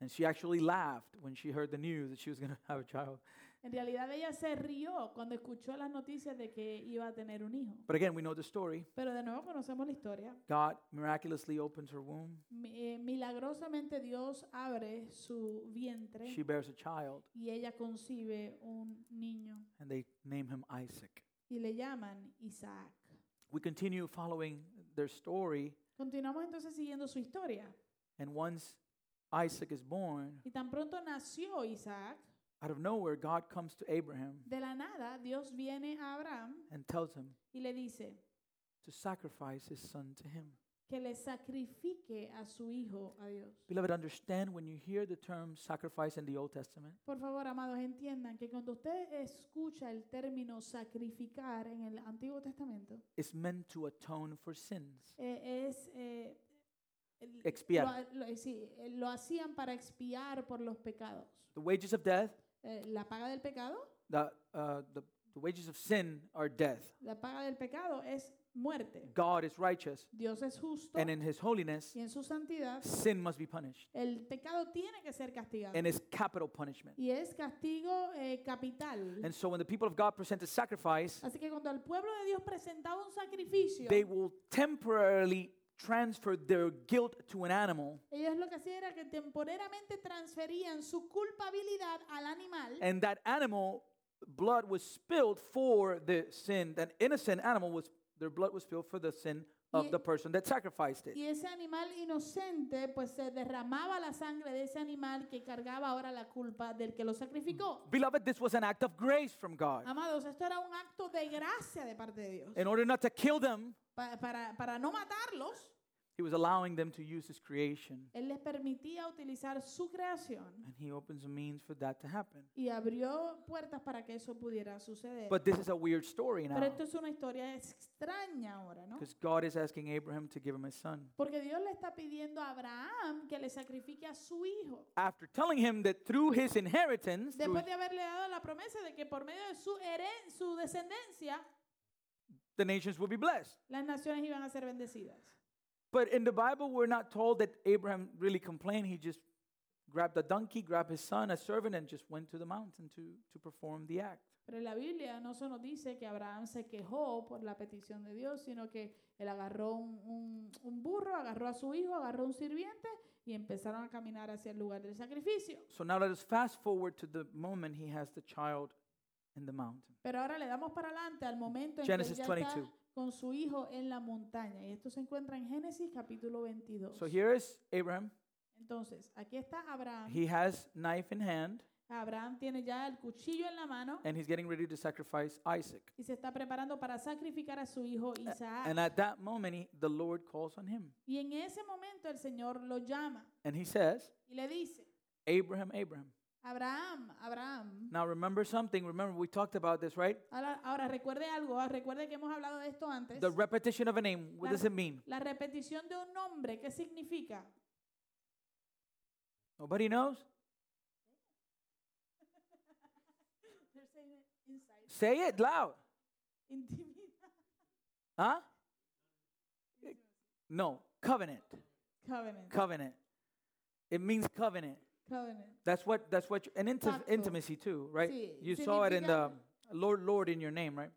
[SPEAKER 2] And she actually laughed when she heard the news that she was going to have a child.
[SPEAKER 1] En realidad ella se rió cuando escuchó las noticias de que iba a tener un hijo.
[SPEAKER 2] But again, we know the story.
[SPEAKER 1] Pero de nuevo conocemos la historia.
[SPEAKER 2] God miraculously opens her womb.
[SPEAKER 1] Mi- eh, Milagrosamente Dios abre su vientre
[SPEAKER 2] She bears a child,
[SPEAKER 1] y ella concibe un niño
[SPEAKER 2] and they name him Isaac.
[SPEAKER 1] y le llaman Isaac.
[SPEAKER 2] We continue following their story,
[SPEAKER 1] Continuamos entonces siguiendo su historia.
[SPEAKER 2] and once Isaac is born,
[SPEAKER 1] Y tan pronto nació Isaac,
[SPEAKER 2] out of nowhere, God comes to Abraham
[SPEAKER 1] de la nada Dios viene a Abraham
[SPEAKER 2] and tells him
[SPEAKER 1] y le dice
[SPEAKER 2] to sacrifice his son to him.
[SPEAKER 1] que le sacrifique a su hijo a Dios.
[SPEAKER 2] Beloved, understand when you hear the term sacrifice in the Old Testament,
[SPEAKER 1] Por favor, amados, entiendan que cuando usted escucha el término sacrificar en el Antiguo Testamento,
[SPEAKER 2] it's meant to atone for sins.
[SPEAKER 1] eh, es... eh, el-
[SPEAKER 2] Expiar.
[SPEAKER 1] Lo, ha- lo- eh, sí, eh, lo hacían para expiar por los pecados.
[SPEAKER 2] The wages of death,
[SPEAKER 1] Eh, la paga del pecado,
[SPEAKER 2] the, uh, the, the wages of sin are death.
[SPEAKER 1] la paga del pecado es muerte.
[SPEAKER 2] God is righteous,
[SPEAKER 1] Dios es justo
[SPEAKER 2] and in his holiness,
[SPEAKER 1] y en su santidad
[SPEAKER 2] sin must be punished,
[SPEAKER 1] el pecado tiene que ser castigado.
[SPEAKER 2] and it's capital punishment.
[SPEAKER 1] Y es castigo eh, capital.
[SPEAKER 2] And so when the people of God present a sacrifice,
[SPEAKER 1] Así que cuando el pueblo de Dios presentaba un sacrificio,
[SPEAKER 2] they will temporarily transfer their guilt to an animal,
[SPEAKER 1] ellos lo que hacían era que temporariamente transferían su culpabilidad al animal
[SPEAKER 2] and that animal blood was spilled for the sin. That innocent animal was their blood was spilled for the sin of
[SPEAKER 1] Y-
[SPEAKER 2] the person that sacrificed it.
[SPEAKER 1] y ese animal inocente pues se derramaba la sangre de ese animal que cargaba ahora la culpa del que lo sacrificó.
[SPEAKER 2] Beloved, this was an act of grace from God.
[SPEAKER 1] Amados, esto era un acto de gracia de parte de Dios.
[SPEAKER 2] In order not to kill them,
[SPEAKER 1] Pa- para, para no matarlos,
[SPEAKER 2] he was allowing them to use his creation,
[SPEAKER 1] Él les permitía utilizar su creación
[SPEAKER 2] and he opens a means for that to happen.
[SPEAKER 1] y abrió puertas para que eso pudiera suceder.
[SPEAKER 2] But this is a weird story
[SPEAKER 1] Eh. Pero
[SPEAKER 2] now,
[SPEAKER 1] esto es una historia extraña ahora, ¿no?
[SPEAKER 2] because God is asking Abraham to give him his son.
[SPEAKER 1] Porque Dios le está pidiendo a Abraham que le sacrifique a su hijo.
[SPEAKER 2] After telling him that through his inheritance, through
[SPEAKER 1] Después de haberle dado la promesa de que por medio de su, heren- su descendencia,
[SPEAKER 2] the nations will be blessed.
[SPEAKER 1] las naciones iban a ser bendecidas.
[SPEAKER 2] But in the Bible, we're not told that Abraham really complained. He just grabbed a donkey, grabbed his son, a servant, and just went to the mountain to, to perform the act.
[SPEAKER 1] Pero en la Biblia no se nos dice que Abraham se quejó por la petición de Dios, sino que él agarró un, un- un burro, agarró a su hijo, agarró un sirviente y empezaron a caminar hacia el lugar del sacrificio.
[SPEAKER 2] So now let us fast forward to the moment he has the child in the mountain.
[SPEAKER 1] Pero ahora le damos para adelante al momento en
[SPEAKER 2] Genesis
[SPEAKER 1] que él ya está
[SPEAKER 2] 22.
[SPEAKER 1] con su hijo en la montaña. Y esto se encuentra en Génesis capítulo 22.
[SPEAKER 2] So here is Abraham.
[SPEAKER 1] Entonces, aquí está Abraham.
[SPEAKER 2] He has knife in hand,
[SPEAKER 1] Abraham tiene ya el cuchillo en la mano
[SPEAKER 2] and he's getting ready to sacrifice Isaac.
[SPEAKER 1] y se está preparando para sacrificar a su hijo
[SPEAKER 2] Eh,
[SPEAKER 1] Isaac.
[SPEAKER 2] And at that moment, he, the Lord calls on him,
[SPEAKER 1] Y en ese momento el Señor lo llama
[SPEAKER 2] and he says,
[SPEAKER 1] y le dice,
[SPEAKER 2] "Abraham, Abraham."
[SPEAKER 1] Abraham, Abraham.
[SPEAKER 2] Now remember something. Remember we talked about this, right?
[SPEAKER 1] Ahora, ahora recuerde algo, ah, recuerde que hemos hablado de esto antes.
[SPEAKER 2] The repetition of a name. What does it mean?
[SPEAKER 1] La repetición de un nombre, ¿qué significa?
[SPEAKER 2] Nobody knows. Say it loud.
[SPEAKER 1] Intimidad.
[SPEAKER 2] Huh? No, covenant.
[SPEAKER 1] Covenant.
[SPEAKER 2] Covenant. It means covenant.
[SPEAKER 1] Covenant.
[SPEAKER 2] That's what that's what you- and inti-
[SPEAKER 1] Pacto.
[SPEAKER 2] intimacy too, right?
[SPEAKER 1] Sí,
[SPEAKER 2] You saw it in the
[SPEAKER 1] significa-
[SPEAKER 2] Lord Lord in your name, right?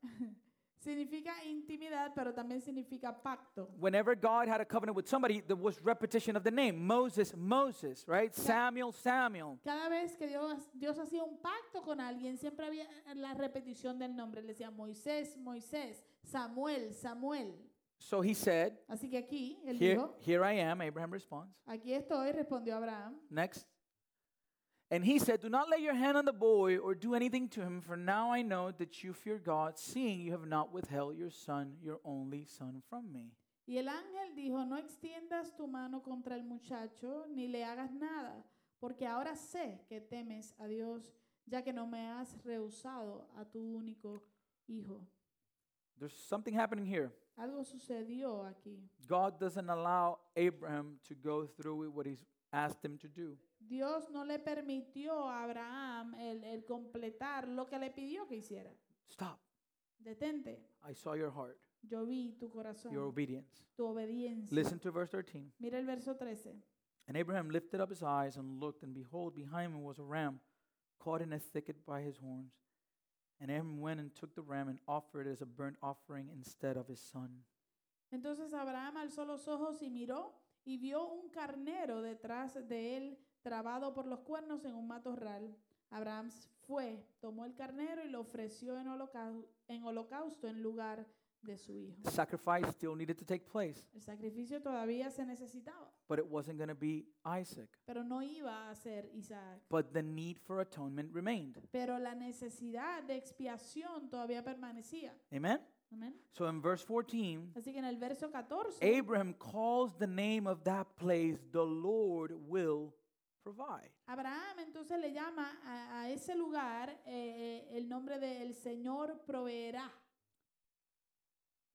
[SPEAKER 1] Significa intimidad, pero también significa pacto.
[SPEAKER 2] Whenever God had a covenant with somebody, there was repetition of the name. Moses, Moses, right? Samuel, Samuel.
[SPEAKER 1] Cada vez que Dios, Dios hacía un pacto con alguien, siempre había la repetición del nombre. Le decía Moisés, Moisés, Samuel, Samuel.
[SPEAKER 2] So he said,
[SPEAKER 1] Así que aquí, él
[SPEAKER 2] Here,
[SPEAKER 1] dijo,
[SPEAKER 2] here I am, Abraham responds.
[SPEAKER 1] aquí estoy, respondió Abraham.
[SPEAKER 2] Next. And he said, Do not lay your hand on the boy or do anything to him, for now I know that you fear God, seeing you have not withheld your son, your only son, from me.
[SPEAKER 1] Y el ángel dijo, no extiendas tu mano contra el muchacho, ni le hagas nada, porque ahora sé que temes a Dios, ya que no me has rehusado a tu único hijo.
[SPEAKER 2] There's something happening here.
[SPEAKER 1] Algo sucedió aquí.
[SPEAKER 2] God doesn't allow Abraham to go through with what he's asked him to do.
[SPEAKER 1] Dios no le permitió a Abraham el, el completar lo que le pidió que hiciera.
[SPEAKER 2] Stop.
[SPEAKER 1] Detente,
[SPEAKER 2] I saw your heart.
[SPEAKER 1] Yo vi tu corazón,
[SPEAKER 2] your obedience.
[SPEAKER 1] tu obediencia.
[SPEAKER 2] Listen to verse 13.
[SPEAKER 1] Mira el verso 13.
[SPEAKER 2] And Abraham lifted up his eyes and looked, and behold, behind him was a ram caught in a thicket by his horns. And Abraham went and took the ram and offered it as a burnt offering instead of his son.
[SPEAKER 1] Entonces Abraham alzó los ojos y miró y vio un carnero detrás de él trabado por los cuernos en un matorral. Abraham fue, tomó el carnero y lo ofreció en holocau- en holocausto en lugar de su hijo.
[SPEAKER 2] The sacrifice still needed to take place,
[SPEAKER 1] El sacrificio todavía se necesitaba,
[SPEAKER 2] but it wasn't going to be Isaac.
[SPEAKER 1] pero no iba a ser Isaac.
[SPEAKER 2] But the need for atonement remained.
[SPEAKER 1] Pero la necesidad de expiación todavía permanecía.
[SPEAKER 2] Amen?
[SPEAKER 1] Amén.
[SPEAKER 2] So in verse 14,
[SPEAKER 1] Así que en el verso 14,
[SPEAKER 2] Abraham calls the name of that place, the Lord will provide.
[SPEAKER 1] Abraham entonces le llama a, a ese lugar eh, eh, el nombre de el Señor proveerá.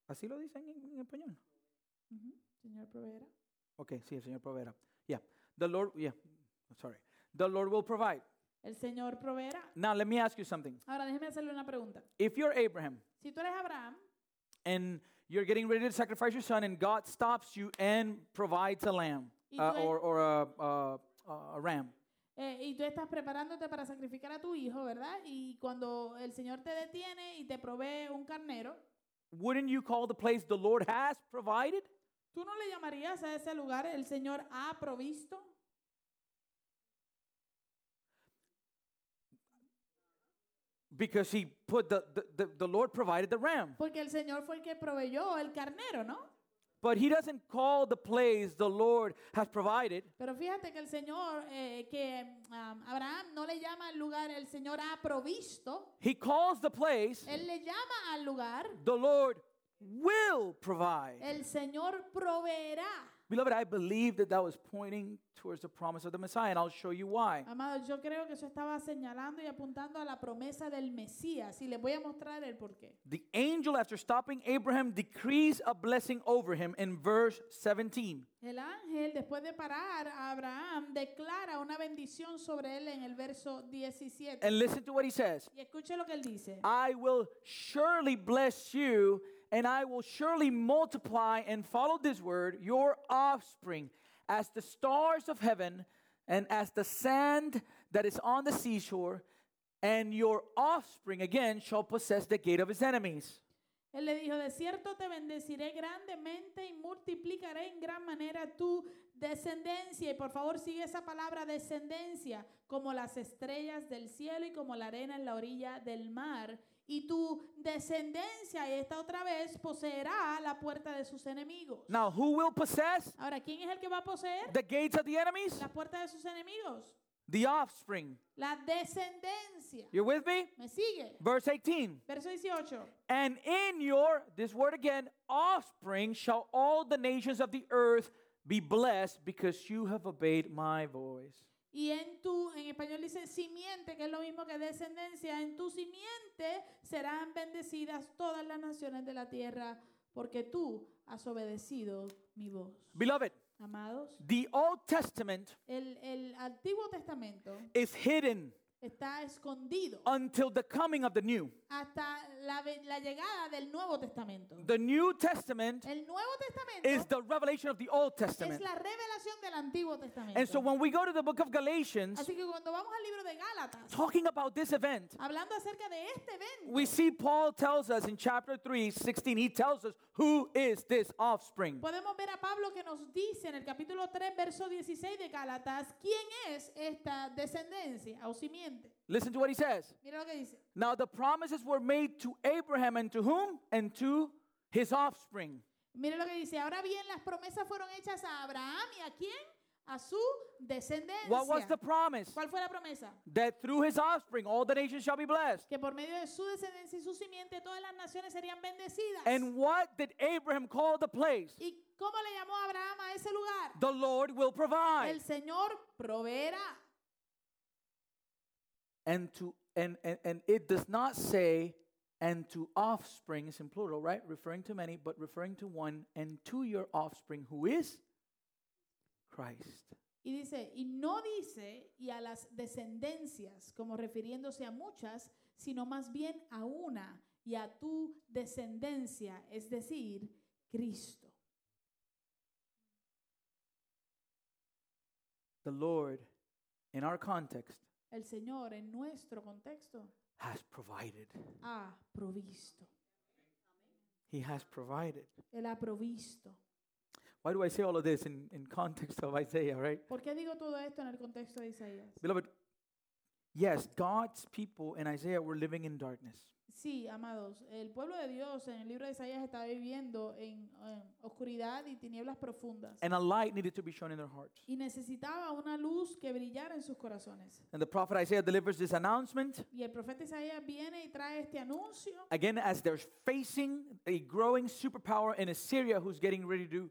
[SPEAKER 2] Así lo dicen en, en español.
[SPEAKER 1] Ujú, Señor proveerá.
[SPEAKER 2] Okay, sí, el Señor proveerá. Yeah. The Lord, yeah, sorry. The Lord will provide.
[SPEAKER 1] El Señor proveerá.
[SPEAKER 2] Now, let me ask you something.
[SPEAKER 1] Ahora déjeme hacerle una pregunta.
[SPEAKER 2] If you're Abraham
[SPEAKER 1] Si tú eres Abraham
[SPEAKER 2] and you're getting ready to sacrifice your son and God stops you and provides a lamb
[SPEAKER 1] Y
[SPEAKER 2] uh,
[SPEAKER 1] tú e-
[SPEAKER 2] or, or a, a, a- a ram,
[SPEAKER 1] eh, y tú estás preparándote para sacrificar a tu hijo, ¿verdad? Y cuando el Señor te detiene y te provee un carnero,
[SPEAKER 2] wouldn't you call the place the Lord has provided?
[SPEAKER 1] ¿tú no le llamarías a ese lugar el Señor ha provisto?
[SPEAKER 2] Because he put the, the, the, the Lord provided the ram.
[SPEAKER 1] Porque el Señor fue el que proveyó el carnero, ¿no?
[SPEAKER 2] But he doesn't call the place the Lord has provided.
[SPEAKER 1] Pero fíjate que el Señor, eh, que um, Abraham no le llama al lugar, el Señor ha provisto.
[SPEAKER 2] He calls the place
[SPEAKER 1] Él le llama al lugar,
[SPEAKER 2] the Lord will provide.
[SPEAKER 1] el Señor proveerá.
[SPEAKER 2] Beloved, I believe that that was pointing towards the promise of the Messiah, and I'll show you why.
[SPEAKER 1] Amado, yo creo que eso estaba señalando y apuntando a la promesa del Mesías y les voy a mostrar el porqué.
[SPEAKER 2] The angel, after stopping Abraham, decrees a blessing over him in verse 17.
[SPEAKER 1] El ángel, después de parar a Abraham, declara una bendición sobre él en el verso 17.
[SPEAKER 2] And listen to what he says
[SPEAKER 1] y escuche lo que él dice.
[SPEAKER 2] I will surely bless you, and I will surely multiply and follow this word, your offspring, as the stars of heaven and as the sand that is on the seashore. And your offspring again shall possess the gate of his enemies.
[SPEAKER 1] Él le dijo, de cierto te bendeciré grandemente y multiplicaré en gran manera tu descendencia. Y por favor sigue esa palabra descendencia, como las estrellas del cielo y como la arena en la orilla del mar. Y tu descendencia, y esta otra vez, poseerá la puerta de sus enemigos.
[SPEAKER 2] Now, who will possess
[SPEAKER 1] Ahora, ¿quién es el que va a poseer
[SPEAKER 2] the gates of the enemies?
[SPEAKER 1] la puerta de sus enemigos?
[SPEAKER 2] The offspring.
[SPEAKER 1] La descendencia.
[SPEAKER 2] You're with me?
[SPEAKER 1] ¿Me sigue?
[SPEAKER 2] Verse 18.
[SPEAKER 1] Verso 18.
[SPEAKER 2] And in your, this word again, offspring shall all the nations of the earth be blessed because you have obeyed my voice.
[SPEAKER 1] Y en tu, en español dice simiente, que es lo mismo que descendencia, en tu simiente serán bendecidas todas las naciones de la tierra, porque tú has obedecido mi voz.
[SPEAKER 2] Beloved,
[SPEAKER 1] Amados,
[SPEAKER 2] the Old Testament
[SPEAKER 1] el, el Antiguo Testamento
[SPEAKER 2] is hidden
[SPEAKER 1] está escondido
[SPEAKER 2] until the coming of the New.
[SPEAKER 1] hasta la, ve- la llegada del Nuevo Testamento.
[SPEAKER 2] The New Testament
[SPEAKER 1] El Nuevo
[SPEAKER 2] is
[SPEAKER 1] Testamento
[SPEAKER 2] the revelation of the Old
[SPEAKER 1] es
[SPEAKER 2] Testament.
[SPEAKER 1] la revelación del Antiguo
[SPEAKER 2] And so
[SPEAKER 1] Testamento.
[SPEAKER 2] when we go to the book of Galatians,
[SPEAKER 1] Así que cuando vamos al libro de Gálatas,
[SPEAKER 2] talking about this event,
[SPEAKER 1] hablando acerca de este evento,
[SPEAKER 2] we see Paul tells us in chapter 3, 16, he tells us, Who is this offspring?
[SPEAKER 1] Podemos ver a Pablo que nos dice en el capítulo 3, verso 16 de Gálatas, ¿quién es esta descendencia o simiente?
[SPEAKER 2] Listen to what he says.
[SPEAKER 1] Mira lo que dice.
[SPEAKER 2] Now the promises were made to Abraham and to whom? And to his offspring.
[SPEAKER 1] Mira lo que dice. Ahora bien, las promesas fueron hechas a Abraham y a quién? A su descendencia.
[SPEAKER 2] What was the promise?
[SPEAKER 1] ¿Cuál fue la promesa?
[SPEAKER 2] That through his offspring all the nations shall be blessed.
[SPEAKER 1] Que por medio de su descendencia y su simiente todas las naciones serían bendecidas.
[SPEAKER 2] And what did Abraham call the place?
[SPEAKER 1] ¿Y cómo le llamó Abraham a ese lugar?
[SPEAKER 2] The Lord will provide.
[SPEAKER 1] El Señor proveerá.
[SPEAKER 2] And to and, and and it does not say and to offspring is in plural, right? Referring to many, but referring to one and to your offspring who is Christ.
[SPEAKER 1] Y dice, y no dice y a las descendencias, como refiriéndose a muchas, sino más bien a una, y a tu descendencia, es decir, Cristo.
[SPEAKER 2] The Lord, in our context,
[SPEAKER 1] El Señor en nuestro contexto
[SPEAKER 2] has provided.
[SPEAKER 1] ha provisto.
[SPEAKER 2] He has provided.
[SPEAKER 1] Él ha provisto.
[SPEAKER 2] Why do I say all of this in, in context of Isaiah, right?
[SPEAKER 1] ¿Por qué digo todo esto en el contexto de Isaías?
[SPEAKER 2] Beloved, yes, God's people in Isaiah were living in darkness.
[SPEAKER 1] Sí, amados, el pueblo de Dios en el libro de Isaías estaba viviendo en, en oscuridad y tinieblas profundas
[SPEAKER 2] And a light needed to be shown in their hearts.
[SPEAKER 1] y necesitaba una luz que brillara en sus corazones.
[SPEAKER 2] And the prophet Isaiah delivers this announcement
[SPEAKER 1] Y el profeta Isaías viene y trae este anuncio
[SPEAKER 2] again as they're facing a growing superpower in Assyria who's getting ready to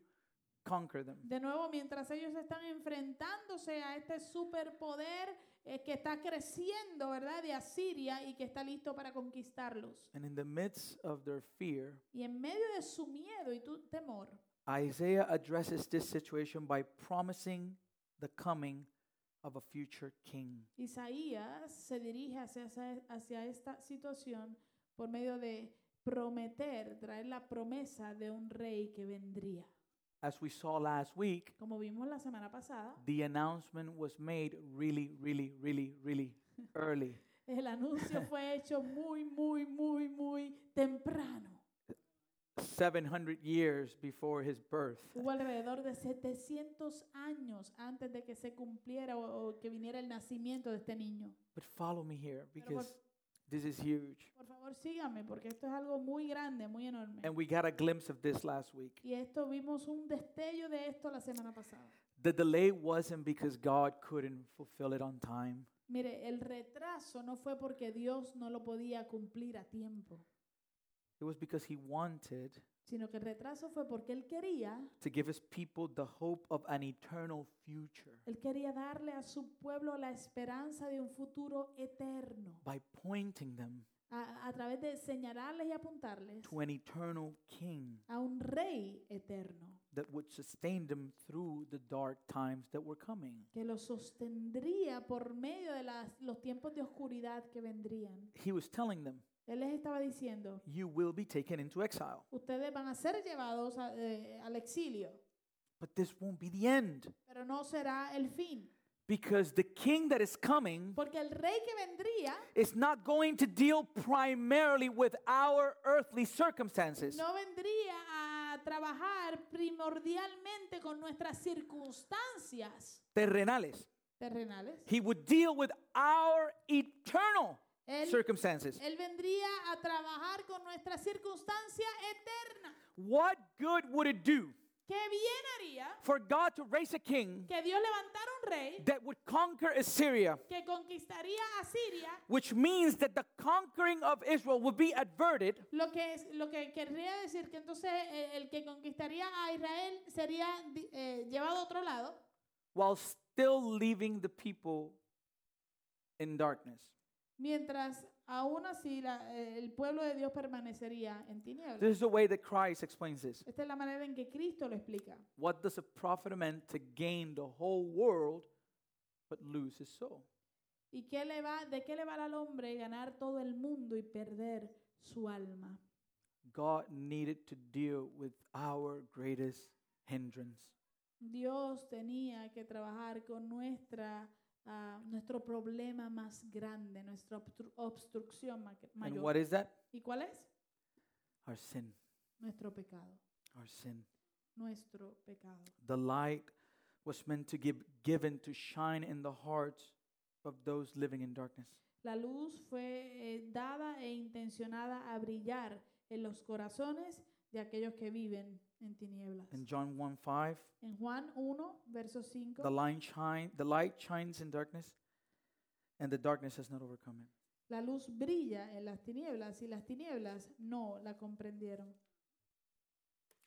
[SPEAKER 2] conquer them.
[SPEAKER 1] de nuevo mientras ellos están enfrentándose a este superpoder eh, que está creciendo, ¿verdad?, de Asiria y que está listo para conquistarlos.
[SPEAKER 2] And in the midst of their fear,
[SPEAKER 1] Y en medio de su miedo y tu temor,
[SPEAKER 2] Isaiah addresses this situation by promising the coming of a future king.
[SPEAKER 1] Isaías se dirige hacia, esa- hacia esta situación por medio de prometer, traer la promesa de un rey que vendría.
[SPEAKER 2] As we saw last week,
[SPEAKER 1] Como vimos la semana pasada,
[SPEAKER 2] the announcement was made really, really, really, really early.
[SPEAKER 1] el anuncio fue hecho muy, muy, muy, muy temprano.
[SPEAKER 2] 700 years before his birth.
[SPEAKER 1] Hubo alrededor de 700 años antes de que se cumpliera o, o que viniera el nacimiento de este niño.
[SPEAKER 2] But follow me here
[SPEAKER 1] Pero por-
[SPEAKER 2] because this is huge.
[SPEAKER 1] Por favor, síganme porque esto es algo muy grande, muy enorme.
[SPEAKER 2] And we got a glimpse of this last week.
[SPEAKER 1] Y esto vimos un destello de esto la semana pasada.
[SPEAKER 2] The delay wasn't because God couldn't fulfill it on time.
[SPEAKER 1] Mire, el retraso no fue porque Dios no lo podía cumplir a tiempo,
[SPEAKER 2] It was because he wanted
[SPEAKER 1] sino que el retraso fue porque Él quería,
[SPEAKER 2] to give his people the hope of an eternal future
[SPEAKER 1] Él quería darle a su pueblo la esperanza de un futuro eterno,
[SPEAKER 2] by pointing them
[SPEAKER 1] a, a través de señalarles y apuntarles
[SPEAKER 2] to an eternal king
[SPEAKER 1] a un rey eterno
[SPEAKER 2] that would sustain them through the dark times that were coming.
[SPEAKER 1] que los sostendría por medio de las- los tiempos de oscuridad que vendrían.
[SPEAKER 2] He was telling them,
[SPEAKER 1] Él les estaba diciendo,
[SPEAKER 2] You will be taken into exile,
[SPEAKER 1] ustedes van a ser llevados a- eh, al exilio,
[SPEAKER 2] but this won't be the end
[SPEAKER 1] pero no será el fin,
[SPEAKER 2] because the king that is coming
[SPEAKER 1] porque el rey que vendría
[SPEAKER 2] is not going to deal primarily with our earthly circumstances.
[SPEAKER 1] no vendría a trabajar primordialmente con nuestras circunstancias
[SPEAKER 2] terrenales.
[SPEAKER 1] terrenales.
[SPEAKER 2] He would deal with our eternal
[SPEAKER 1] Él,
[SPEAKER 2] circumstances.
[SPEAKER 1] él vendría a trabajar con nuestra circunstancia eterna.
[SPEAKER 2] What good would it do
[SPEAKER 1] Qué bien haría
[SPEAKER 2] for God to raise a king
[SPEAKER 1] que Dios levantara un rey
[SPEAKER 2] that would conquer Assyria,
[SPEAKER 1] que conquistaría a Siria,
[SPEAKER 2] which means that the conquering of Israel would be averted
[SPEAKER 1] lo que, es, lo que querría decir que entonces eh, el que conquistaría a Israel sería di- eh, llevado a otro lado,
[SPEAKER 2] while still leaving the people in darkness?
[SPEAKER 1] mientras aún así la- eh, el pueblo de Dios permanecería en tinieblas.
[SPEAKER 2] This is the way that Christ explains this.
[SPEAKER 1] Esta es la manera en que Cristo lo explica.
[SPEAKER 2] What does it profit a man to gain the whole world but lose his soul?
[SPEAKER 1] ¿Y qué le va, de qué le vale al hombre ganar todo el mundo y perder su alma?
[SPEAKER 2] God needed to deal with our greatest hindrance.
[SPEAKER 1] Dios tenía que trabajar con nuestra, ah, nuestro problema más grande, nuestra obstru- obstrucción ma-
[SPEAKER 2] And
[SPEAKER 1] mayor.
[SPEAKER 2] what is that?
[SPEAKER 1] ¿Y cuál es?
[SPEAKER 2] Our sin.
[SPEAKER 1] Nuestro pecado,
[SPEAKER 2] Our sin.
[SPEAKER 1] nuestro pecado.
[SPEAKER 2] The light was meant to give given to shine in the hearts of those living in darkness.
[SPEAKER 1] La luz fue eh, dada e intencionada a brillar en los corazones de aquellos que viven en tinieblas.
[SPEAKER 2] In John 1 5,
[SPEAKER 1] En Juan 1, verso 5.
[SPEAKER 2] the line shine the light shines in darkness, and the darkness has not overcome it.
[SPEAKER 1] La luz brilla en las tinieblas y las tinieblas no la comprendieron.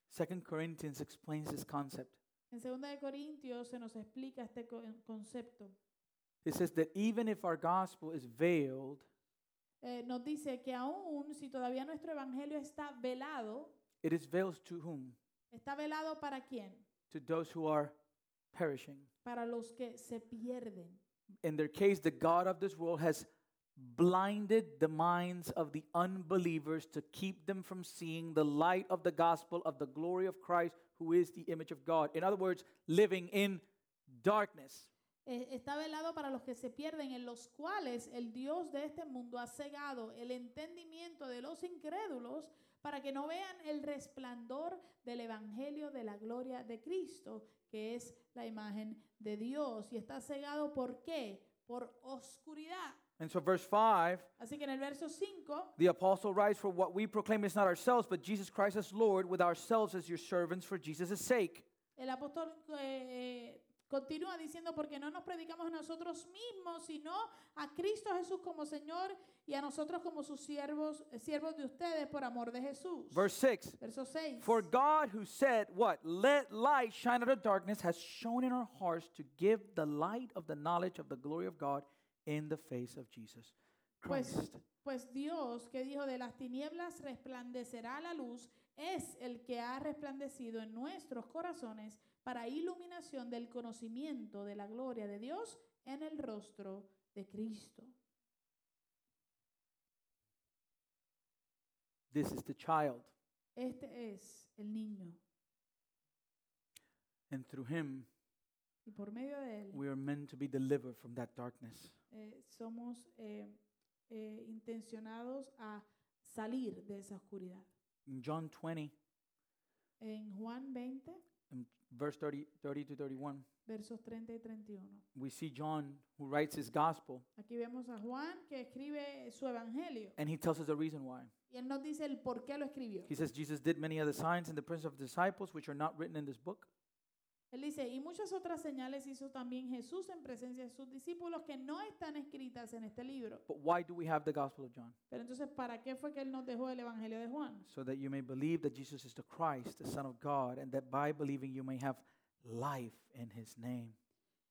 [SPEAKER 2] Second Corinthians explains this concept.
[SPEAKER 1] En 2 de Corintios se nos explica este co- concepto.
[SPEAKER 2] It says that even if our gospel is veiled,
[SPEAKER 1] Eh, nos dice que aún si todavía nuestro evangelio está velado,
[SPEAKER 2] it is veiled to whom?
[SPEAKER 1] ¿está velado para quién?
[SPEAKER 2] To those who are perishing.
[SPEAKER 1] Para los que se pierden.
[SPEAKER 2] in their case, the God of this world has blinded the minds of the unbelievers to keep them from seeing the light of the gospel of the glory of Christ, who is the image of God. In other words, living in darkness.
[SPEAKER 1] Eh, Está velado para los que se pierden, en los cuales el Dios de este mundo ha cegado el entendimiento de los incrédulos para que no vean el resplandor del Evangelio de la gloria de Cristo, que es la imagen de Dios. Y está cegado por qué? Por oscuridad.
[SPEAKER 2] And so, verse 5
[SPEAKER 1] Así que en el verso 5,
[SPEAKER 2] the apostle writes, For what we proclaim is not ourselves, but Jesus Christ as Lord, with ourselves as your servants for Jesus' sake.
[SPEAKER 1] el apóstol eh, eh, continúa diciendo, porque no nos predicamos a nosotros mismos, sino a Cristo Jesús como Señor y a nosotros como sus siervos, eh, siervos de ustedes por amor de Jesús.
[SPEAKER 2] Verse 6
[SPEAKER 1] Verso 6.
[SPEAKER 2] For God, who said, What? Let light shine out of darkness, has shown in our hearts to give the light of the knowledge of the glory of God in the face of Jesus Christ.
[SPEAKER 1] Pues, pues Dios que dijo de las tinieblas resplandecerá la luz, es el que ha resplandecido en nuestros corazones para iluminación del conocimiento de la gloria de Dios en el rostro de Cristo.
[SPEAKER 2] This is the child,
[SPEAKER 1] Este es el niño
[SPEAKER 2] and through him
[SPEAKER 1] y por medio de él
[SPEAKER 2] we are meant to be delivered from that darkness.
[SPEAKER 1] eh, somos eh, eh, intencionados a salir de esa oscuridad.
[SPEAKER 2] In John 20,
[SPEAKER 1] En Juan 20,
[SPEAKER 2] in verse 30, 30 to 31,
[SPEAKER 1] versos 30 y 31.
[SPEAKER 2] we see John who writes his gospel,
[SPEAKER 1] Aquí vemos a Juan que escribe su evangelio.
[SPEAKER 2] and he tells us the reason why.
[SPEAKER 1] Y él nos dice el por qué lo escribió.
[SPEAKER 2] He says, Jesus did many other signs in the presence of the disciples, which are not written in this book.
[SPEAKER 1] Él dice, y muchas otras señales hizo también Jesús en presencia de sus discípulos que no están escritas en este libro.
[SPEAKER 2] But why do we have the gospel of John?
[SPEAKER 1] Pero entonces, ¿para qué fue que él nos dejó el Evangelio de Juan?
[SPEAKER 2] so that you may believe that Jesus is the Christ, the Son of God, and that by believing you may have life in his name.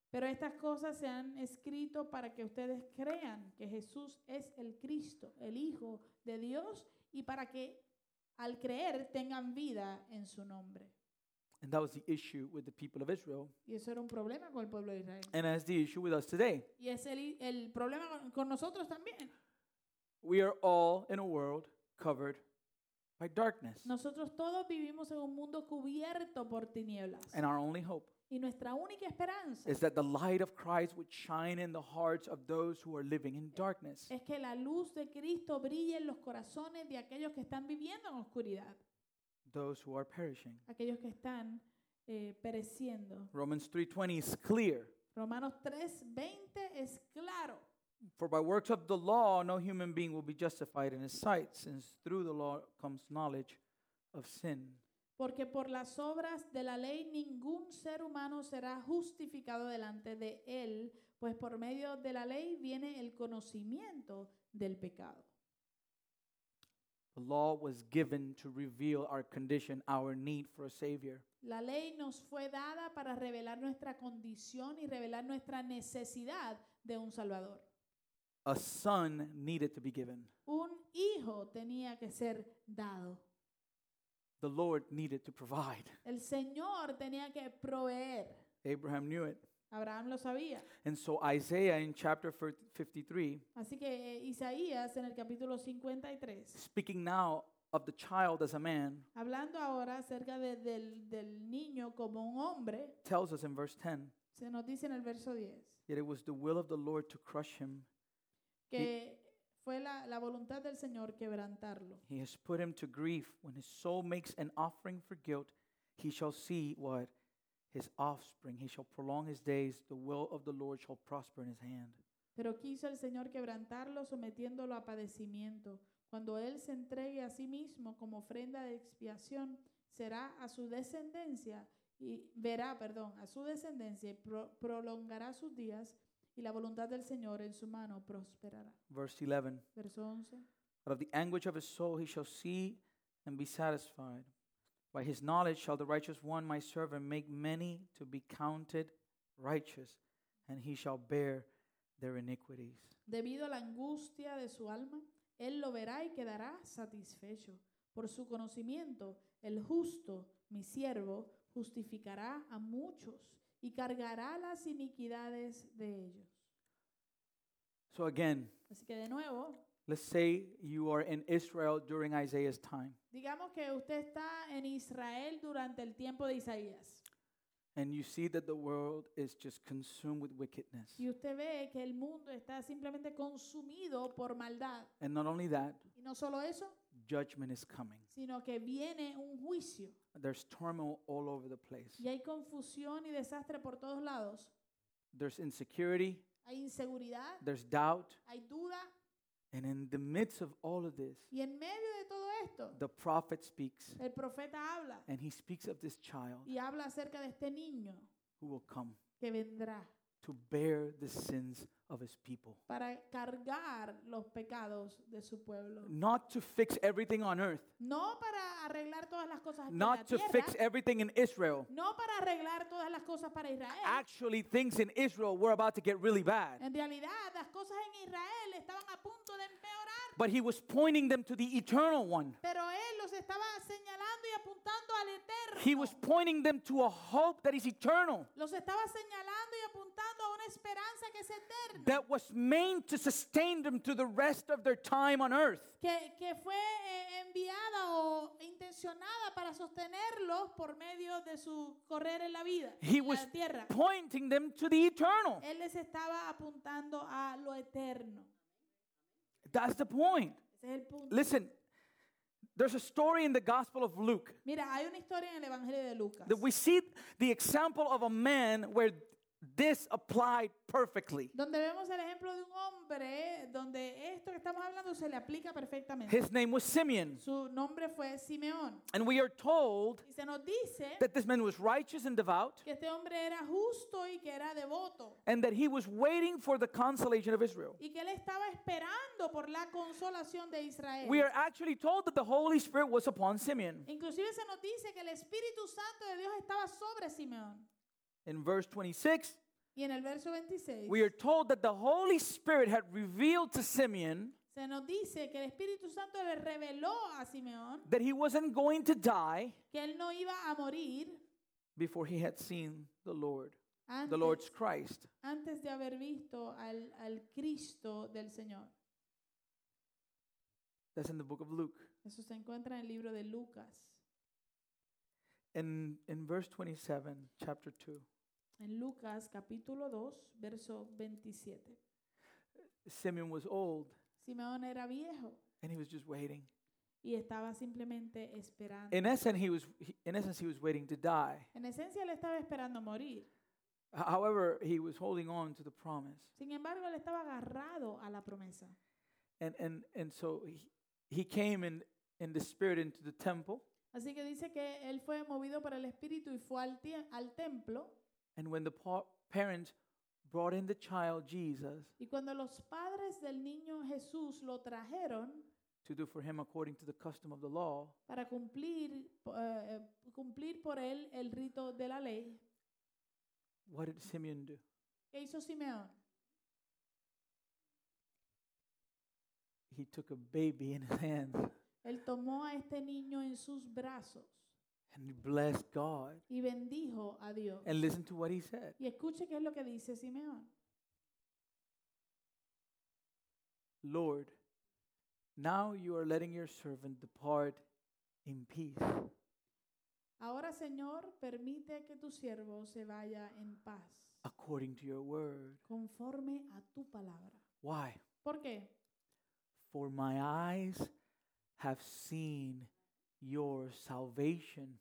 [SPEAKER 1] Pero estas cosas se han escrito para que ustedes crean que Jesús es el Cristo, el Hijo de Dios, y para que al creer tengan vida en su nombre.
[SPEAKER 2] And that was the issue with the people of Israel,
[SPEAKER 1] Y eso era un problema con el pueblo de Israel.
[SPEAKER 2] and that's the issue with us today.
[SPEAKER 1] Y es el, el problema con- con nosotros también.
[SPEAKER 2] We are all in a world covered by darkness,
[SPEAKER 1] Nosotros todos vivimos en un mundo cubierto por tinieblas.
[SPEAKER 2] and our only hope
[SPEAKER 1] Y nuestra única esperanza
[SPEAKER 2] is that the light of Christ would shine in the hearts of those who are living in darkness.
[SPEAKER 1] es que la luz de Cristo brille en los corazones de aquellos que están viviendo en oscuridad,
[SPEAKER 2] Those who are perishing.
[SPEAKER 1] aquellos que están eh, pereciendo.
[SPEAKER 2] Romans 3:20 is clear.
[SPEAKER 1] Romanos 3:20 es claro,
[SPEAKER 2] For by works of the law, no human being will be justified in his sight, since through the law comes knowledge of sin.
[SPEAKER 1] porque por las obras de la ley ningún ser humano será justificado delante de él, pues por medio de la ley viene el conocimiento del pecado.
[SPEAKER 2] The law was given to reveal our condition, our need for a Savior.
[SPEAKER 1] La ley nos fue dada para revelar nuestra condición y revelar nuestra necesidad de un Salvador.
[SPEAKER 2] A son needed to be given.
[SPEAKER 1] Un hijo tenía que ser dado.
[SPEAKER 2] The Lord needed to provide.
[SPEAKER 1] El Señor tenía que proveer.
[SPEAKER 2] Abraham knew it.
[SPEAKER 1] Abraham lo sabía.
[SPEAKER 2] And so Isaiah in chapter fir- 53,
[SPEAKER 1] Así que eh, Isaías en el capítulo 53,
[SPEAKER 2] speaking now of the child as a man,
[SPEAKER 1] hablando ahora acerca de- del, del niño como un hombre,
[SPEAKER 2] tells us in verse 10
[SPEAKER 1] se nos dice en el verso 10
[SPEAKER 2] Yet it was the will of the Lord to crush him.
[SPEAKER 1] que fue la, la voluntad del Señor quebrantarlo.
[SPEAKER 2] He has put him to grief. When his soul makes an offering for guilt, he shall see what? His offspring. He shall prolong his days. The will of the Lord shall prosper in his hand.
[SPEAKER 1] Pero quiso el Señor quebrantarlo sometiéndolo a padecimiento. Cuando Él se entregue a sí mismo como ofrenda de expiación, será a su descendencia y verá, perdón, a su descendencia y pro- prolongará sus días y la voluntad del Señor en su mano prosperará.
[SPEAKER 2] Verse 11.
[SPEAKER 1] Verso 11.
[SPEAKER 2] Out of the anguish of his soul he shall see and be satisfied. By his knowledge shall the righteous one, my servant, make many to be counted righteous, and he shall bear their iniquities.
[SPEAKER 1] Debido a la angustia de su alma, él lo verá y quedará satisfecho. Por su conocimiento, el justo, mi siervo, justificará a muchos y cargará las iniquidades de ellos.
[SPEAKER 2] So again,
[SPEAKER 1] Así que de nuevo,
[SPEAKER 2] let's say you are in Israel during Isaiah's time
[SPEAKER 1] digamos que usted está en Israel durante el tiempo de Isaías
[SPEAKER 2] and you see that the world is just consumed with wickedness.
[SPEAKER 1] y usted ve que el mundo está simplemente consumido por maldad.
[SPEAKER 2] And not only that,
[SPEAKER 1] Y no solo eso,
[SPEAKER 2] judgment is coming.
[SPEAKER 1] sino que viene un juicio
[SPEAKER 2] There's turmoil all over the place.
[SPEAKER 1] y hay confusión y desastre por todos lados.
[SPEAKER 2] There's insecurity,
[SPEAKER 1] Hay inseguridad,
[SPEAKER 2] there's doubt,
[SPEAKER 1] hay duda
[SPEAKER 2] and in the midst of all of this,
[SPEAKER 1] y en medio de todo esto,
[SPEAKER 2] the prophet speaks
[SPEAKER 1] el profeta habla
[SPEAKER 2] and he speaks of this child
[SPEAKER 1] y habla acerca de este niño
[SPEAKER 2] who will come
[SPEAKER 1] que vendrá
[SPEAKER 2] to bear the sins of his people.
[SPEAKER 1] para cargar los pecados de su pueblo.
[SPEAKER 2] Not to fix everything on earth,
[SPEAKER 1] No para arreglar todas las cosas aquí en la
[SPEAKER 2] not to fix
[SPEAKER 1] tierra,
[SPEAKER 2] everything in Israel.
[SPEAKER 1] no para arreglar todas las cosas para Israel.
[SPEAKER 2] Actually, things in Israel were about to get really bad.
[SPEAKER 1] En realidad, las cosas en Israel estaban a punto de empeorar,
[SPEAKER 2] But he was pointing them to the eternal one.
[SPEAKER 1] pero él los estaba señalando y apuntando al eterno.
[SPEAKER 2] He was pointing them to a hope that is eternal,
[SPEAKER 1] Los estaba señalando y apuntando a una esperanza que es eterna,
[SPEAKER 2] that was meant to sustain them to the rest of their time on earth.
[SPEAKER 1] que, que fue eh, enviada o intencionada para sostenerlos por medio de su correr en la vida,
[SPEAKER 2] He
[SPEAKER 1] en
[SPEAKER 2] was
[SPEAKER 1] la tierra.
[SPEAKER 2] pointing them to the eternal.
[SPEAKER 1] Él les estaba apuntando a lo eterno.
[SPEAKER 2] That's the point.
[SPEAKER 1] Ese es el punto.
[SPEAKER 2] Listen, there's a story in the Gospel of Luke
[SPEAKER 1] Mira, hay una historia en el Evangelio de Lucas
[SPEAKER 2] that we see the example of a man where this applied perfectly.
[SPEAKER 1] donde vemos el ejemplo de un hombre donde esto que estamos hablando se le aplica perfectamente.
[SPEAKER 2] His name was Simeon.
[SPEAKER 1] Su nombre fue Simeón.
[SPEAKER 2] And we are told
[SPEAKER 1] Y se nos dice
[SPEAKER 2] that this man was righteous and devout
[SPEAKER 1] que este hombre era justo y que era devoto.
[SPEAKER 2] and that he was waiting for the consolation of Israel.
[SPEAKER 1] y que él estaba esperando por la consolación de Israel.
[SPEAKER 2] We are actually told that the Holy Spirit was upon Simeon.
[SPEAKER 1] Inclusive se nos dice que el Espíritu Santo de Dios estaba sobre Simeón.
[SPEAKER 2] In verse 26,
[SPEAKER 1] Y en el verso 26
[SPEAKER 2] we are told that the Holy Spirit had revealed to Simeon
[SPEAKER 1] se nos dice que el Espíritu Santo le reveló a Simeón
[SPEAKER 2] that he wasn't going to die
[SPEAKER 1] que él no iba a morir
[SPEAKER 2] before he had seen the Lord, the
[SPEAKER 1] antes,
[SPEAKER 2] Lord's Christ.
[SPEAKER 1] antes de haber visto al, al Cristo del Señor.
[SPEAKER 2] That's in the book of Luke.
[SPEAKER 1] Eso se encuentra en el libro de Lucas,
[SPEAKER 2] In, in verse 27, chapter 2,
[SPEAKER 1] en Lucas capítulo 2, verso 27.
[SPEAKER 2] Simeon was old
[SPEAKER 1] Simeón era viejo
[SPEAKER 2] and he was just waiting.
[SPEAKER 1] y estaba simplemente esperando.
[SPEAKER 2] In essence, he was, he- in essence, he was waiting to die.
[SPEAKER 1] En esencia, él estaba esperando morir.
[SPEAKER 2] H- However, he was holding on to the promise.
[SPEAKER 1] Sin embargo, él estaba agarrado a la promesa.
[SPEAKER 2] And, and, and so he, he came in, in the spirit into the temple.
[SPEAKER 1] Así que dice que él fue movido por el espíritu y fue al, tie- al templo.
[SPEAKER 2] And when the pa- parents brought in the child Jesus
[SPEAKER 1] Y cuando los padres del niño Jesús lo trajeron
[SPEAKER 2] to do for him according to the custom of the law,
[SPEAKER 1] para cumplir, eh, cumplir por él el rito de la ley,
[SPEAKER 2] what did Simeon do?
[SPEAKER 1] ¿qué hizo Simeón?
[SPEAKER 2] He took a baby in his hands
[SPEAKER 1] Él tomó a este niño en sus brazos
[SPEAKER 2] and he blessed God.
[SPEAKER 1] y bendijo a Dios.
[SPEAKER 2] And listen to what he said.
[SPEAKER 1] Y escuche qué es lo que dice Simeón.
[SPEAKER 2] Lord, now you are letting your servant depart in peace,
[SPEAKER 1] Ahora, Señor, permite que tu siervo se vaya en paz,
[SPEAKER 2] according to your word.
[SPEAKER 1] conforme a tu palabra.
[SPEAKER 2] Why?
[SPEAKER 1] ¿Por qué?
[SPEAKER 2] For my eyes have seen your salvation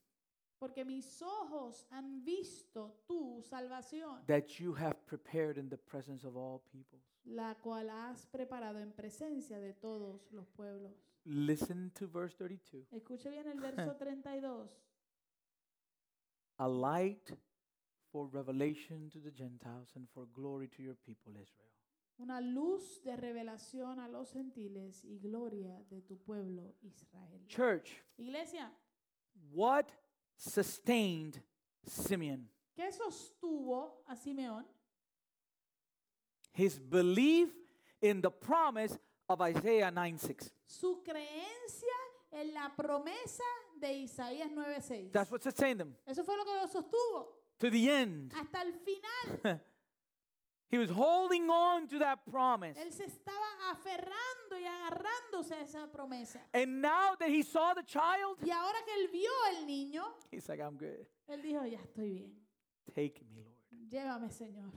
[SPEAKER 1] Porque mis ojos han visto tu salvación,
[SPEAKER 2] that you have prepared in the presence of all peoples.
[SPEAKER 1] la cual has preparado en presencia de todos los pueblos.
[SPEAKER 2] Listen to verse 32.
[SPEAKER 1] Escuche bien el verso 32.
[SPEAKER 2] A light for revelation to the Gentiles and for glory to your people, Israel.
[SPEAKER 1] Una luz de revelación a los gentiles y gloria de tu pueblo Israel.
[SPEAKER 2] Church,
[SPEAKER 1] Iglesia,
[SPEAKER 2] what sustained Simeon?
[SPEAKER 1] ¿qué sostuvo a Simeón?
[SPEAKER 2] His belief in the promise of Isaiah 9 6.
[SPEAKER 1] Su creencia en la promesa de Isaías 9:6.
[SPEAKER 2] That's what sustained him
[SPEAKER 1] Eso fue lo que lo sostuvo
[SPEAKER 2] to the end.
[SPEAKER 1] hasta el final.
[SPEAKER 2] He was holding on to that promise.
[SPEAKER 1] Él se estaba aferrando y agarrándose a esa promesa.
[SPEAKER 2] And now that he saw the child,
[SPEAKER 1] Y ahora que él vio al niño,
[SPEAKER 2] he's like, I'm good.
[SPEAKER 1] él dijo, ya estoy bien.
[SPEAKER 2] Take me, Lord.
[SPEAKER 1] Llévame, Señor.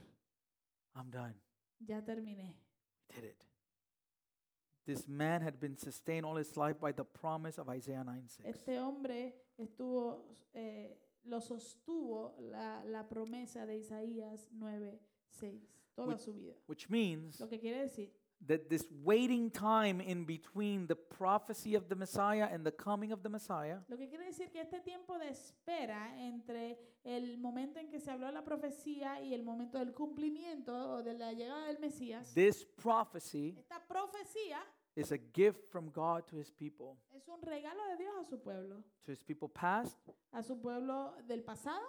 [SPEAKER 2] I'm done.
[SPEAKER 1] Ya terminé.
[SPEAKER 2] Did it. This man had been sustained all his life by the promise of Isaiah 9 6.
[SPEAKER 1] Este hombre estuvo, eh, lo sostuvo la, la promesa de Isaías 9, 6, toda
[SPEAKER 2] Which-
[SPEAKER 1] su vida.
[SPEAKER 2] Which means
[SPEAKER 1] Lo que quiere decir
[SPEAKER 2] that this waiting time in between the prophecy of the Messiah and the coming of the Messiah
[SPEAKER 1] Lo que quiere decir que este tiempo de espera entre el momento en que se habló la profecía y el momento del cumplimiento o de la llegada del Mesías,
[SPEAKER 2] This prophecy
[SPEAKER 1] esta profecía
[SPEAKER 2] is a gift from God to his people,
[SPEAKER 1] es un regalo de Dios a su pueblo,
[SPEAKER 2] to his people past,
[SPEAKER 1] a su pueblo del pasado,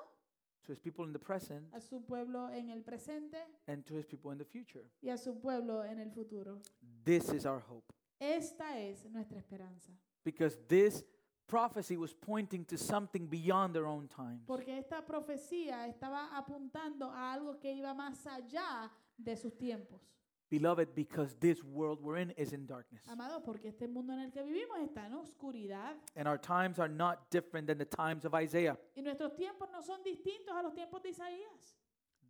[SPEAKER 2] to his people in the present,
[SPEAKER 1] a su pueblo en el presente
[SPEAKER 2] and to his people in the future.
[SPEAKER 1] y a su pueblo en el futuro.
[SPEAKER 2] This is our hope
[SPEAKER 1] Esta es nuestra esperanza,
[SPEAKER 2] because this prophecy was pointing to something beyond their own time.
[SPEAKER 1] porque esta profecía estaba apuntando a algo que iba más allá de sus tiempos.
[SPEAKER 2] Beloved, because this world we're in is in darkness,
[SPEAKER 1] Amados, porque este mundo en el que vivimos está en oscuridad.
[SPEAKER 2] and our times are not different than the times of Isaiah.
[SPEAKER 1] Y nuestros tiempos no son distintos a los tiempos de Isaías.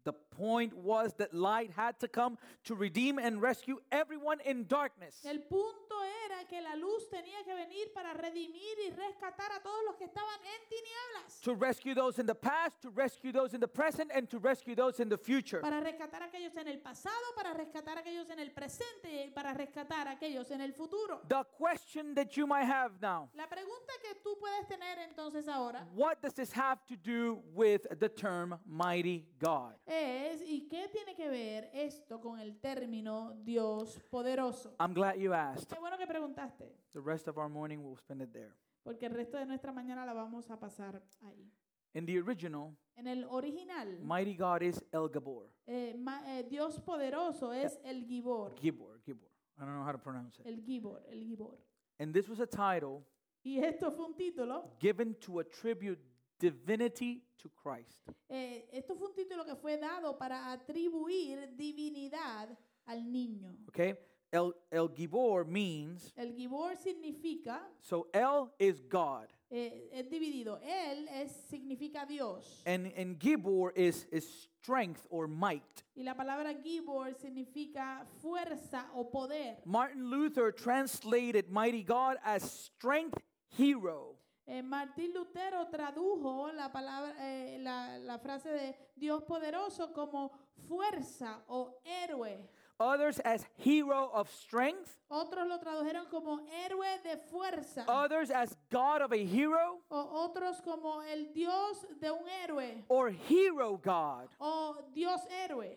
[SPEAKER 2] The point was that light had to come to redeem and rescue everyone in darkness.
[SPEAKER 1] El punto era que la luz tenía que venir para redimir y rescatar a todos los que estaban en tinieblas.
[SPEAKER 2] to rescue those in the past, to rescue those in the present, and to rescue those in the future.
[SPEAKER 1] Para rescatar a aquellos en el pasado, para rescatar a aquellos en el presente y para rescatar a aquellos en el futuro.
[SPEAKER 2] The question that you might have now
[SPEAKER 1] La pregunta que tú puedes tener entonces ahora
[SPEAKER 2] what does this have to do with the term mighty God?
[SPEAKER 1] es, ¿y qué tiene que ver esto con el término Dios poderoso?
[SPEAKER 2] I'm glad you asked.
[SPEAKER 1] Qué bueno que preguntaste,
[SPEAKER 2] The rest of our morning we'll spend it there.
[SPEAKER 1] porque el resto de nuestra mañana la vamos a pasar ahí.
[SPEAKER 2] In the original,
[SPEAKER 1] En el original,
[SPEAKER 2] mighty God is El Gabor.
[SPEAKER 1] Eh, ma- eh, Dios poderoso es el Gibor.
[SPEAKER 2] Gibor, Gibor. I don't know how to pronounce it.
[SPEAKER 1] El Gibor, el Gibor.
[SPEAKER 2] And this was a title
[SPEAKER 1] Y esto fue un título.
[SPEAKER 2] given to attribute divinity to Christ.
[SPEAKER 1] eh, esto fue un título que fue dado para atribuir divinidad al niño.
[SPEAKER 2] Okay? El, El Gibor means,
[SPEAKER 1] El Gibor significa,
[SPEAKER 2] so El is God.
[SPEAKER 1] eh, es dividido. Él es, significa Dios.
[SPEAKER 2] And and Gibor is is strength or might.
[SPEAKER 1] Y la palabra Gibor significa fuerza o poder.
[SPEAKER 2] Martin Luther translated mighty God as strength hero.
[SPEAKER 1] Eh, Martín Lutero tradujo la palabra, eh, la, la frase de Dios poderoso como fuerza o héroe.
[SPEAKER 2] Others as hero of strength,
[SPEAKER 1] Otros lo tradujeron como héroe de fuerza.
[SPEAKER 2] others as God of a hero
[SPEAKER 1] o otros como el dios de un héroe.
[SPEAKER 2] or hero God.
[SPEAKER 1] O dios héroe.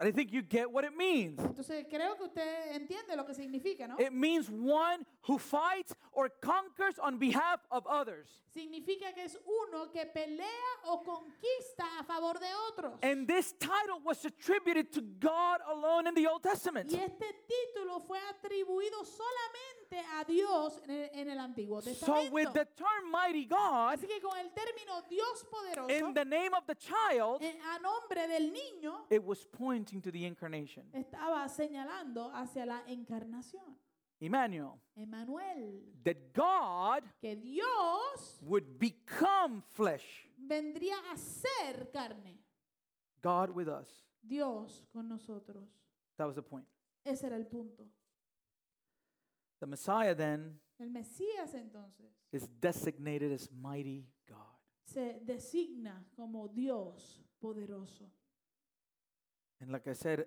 [SPEAKER 2] And I think you get what it means.
[SPEAKER 1] Entonces creo que usted entiende lo que significa, ¿no?
[SPEAKER 2] It means one who fights or conquers on behalf of others.
[SPEAKER 1] significa que es uno que pelea o conquista a favor de otros.
[SPEAKER 2] And this title was attributed to God alone in the Old Testament.
[SPEAKER 1] y este título fue atribuido solamente a Dios en el, en el Antiguo
[SPEAKER 2] So
[SPEAKER 1] Testamento.
[SPEAKER 2] with the term mighty God,
[SPEAKER 1] Así que con el término Dios poderoso,
[SPEAKER 2] in the name of the child,
[SPEAKER 1] eh, a nombre del niño,
[SPEAKER 2] it was pointing to the incarnation.
[SPEAKER 1] estaba señalando hacia la encarnación.
[SPEAKER 2] Emmanuel,
[SPEAKER 1] Emanuel,
[SPEAKER 2] that God
[SPEAKER 1] que Dios
[SPEAKER 2] would become flesh,
[SPEAKER 1] vendría a ser carne.
[SPEAKER 2] God with us.
[SPEAKER 1] Dios con nosotros.
[SPEAKER 2] That was the point.
[SPEAKER 1] Ese era el punto.
[SPEAKER 2] The Messiah then
[SPEAKER 1] El Mesías entonces
[SPEAKER 2] is designated as mighty God.
[SPEAKER 1] se designa como Dios poderoso.
[SPEAKER 2] And like I said,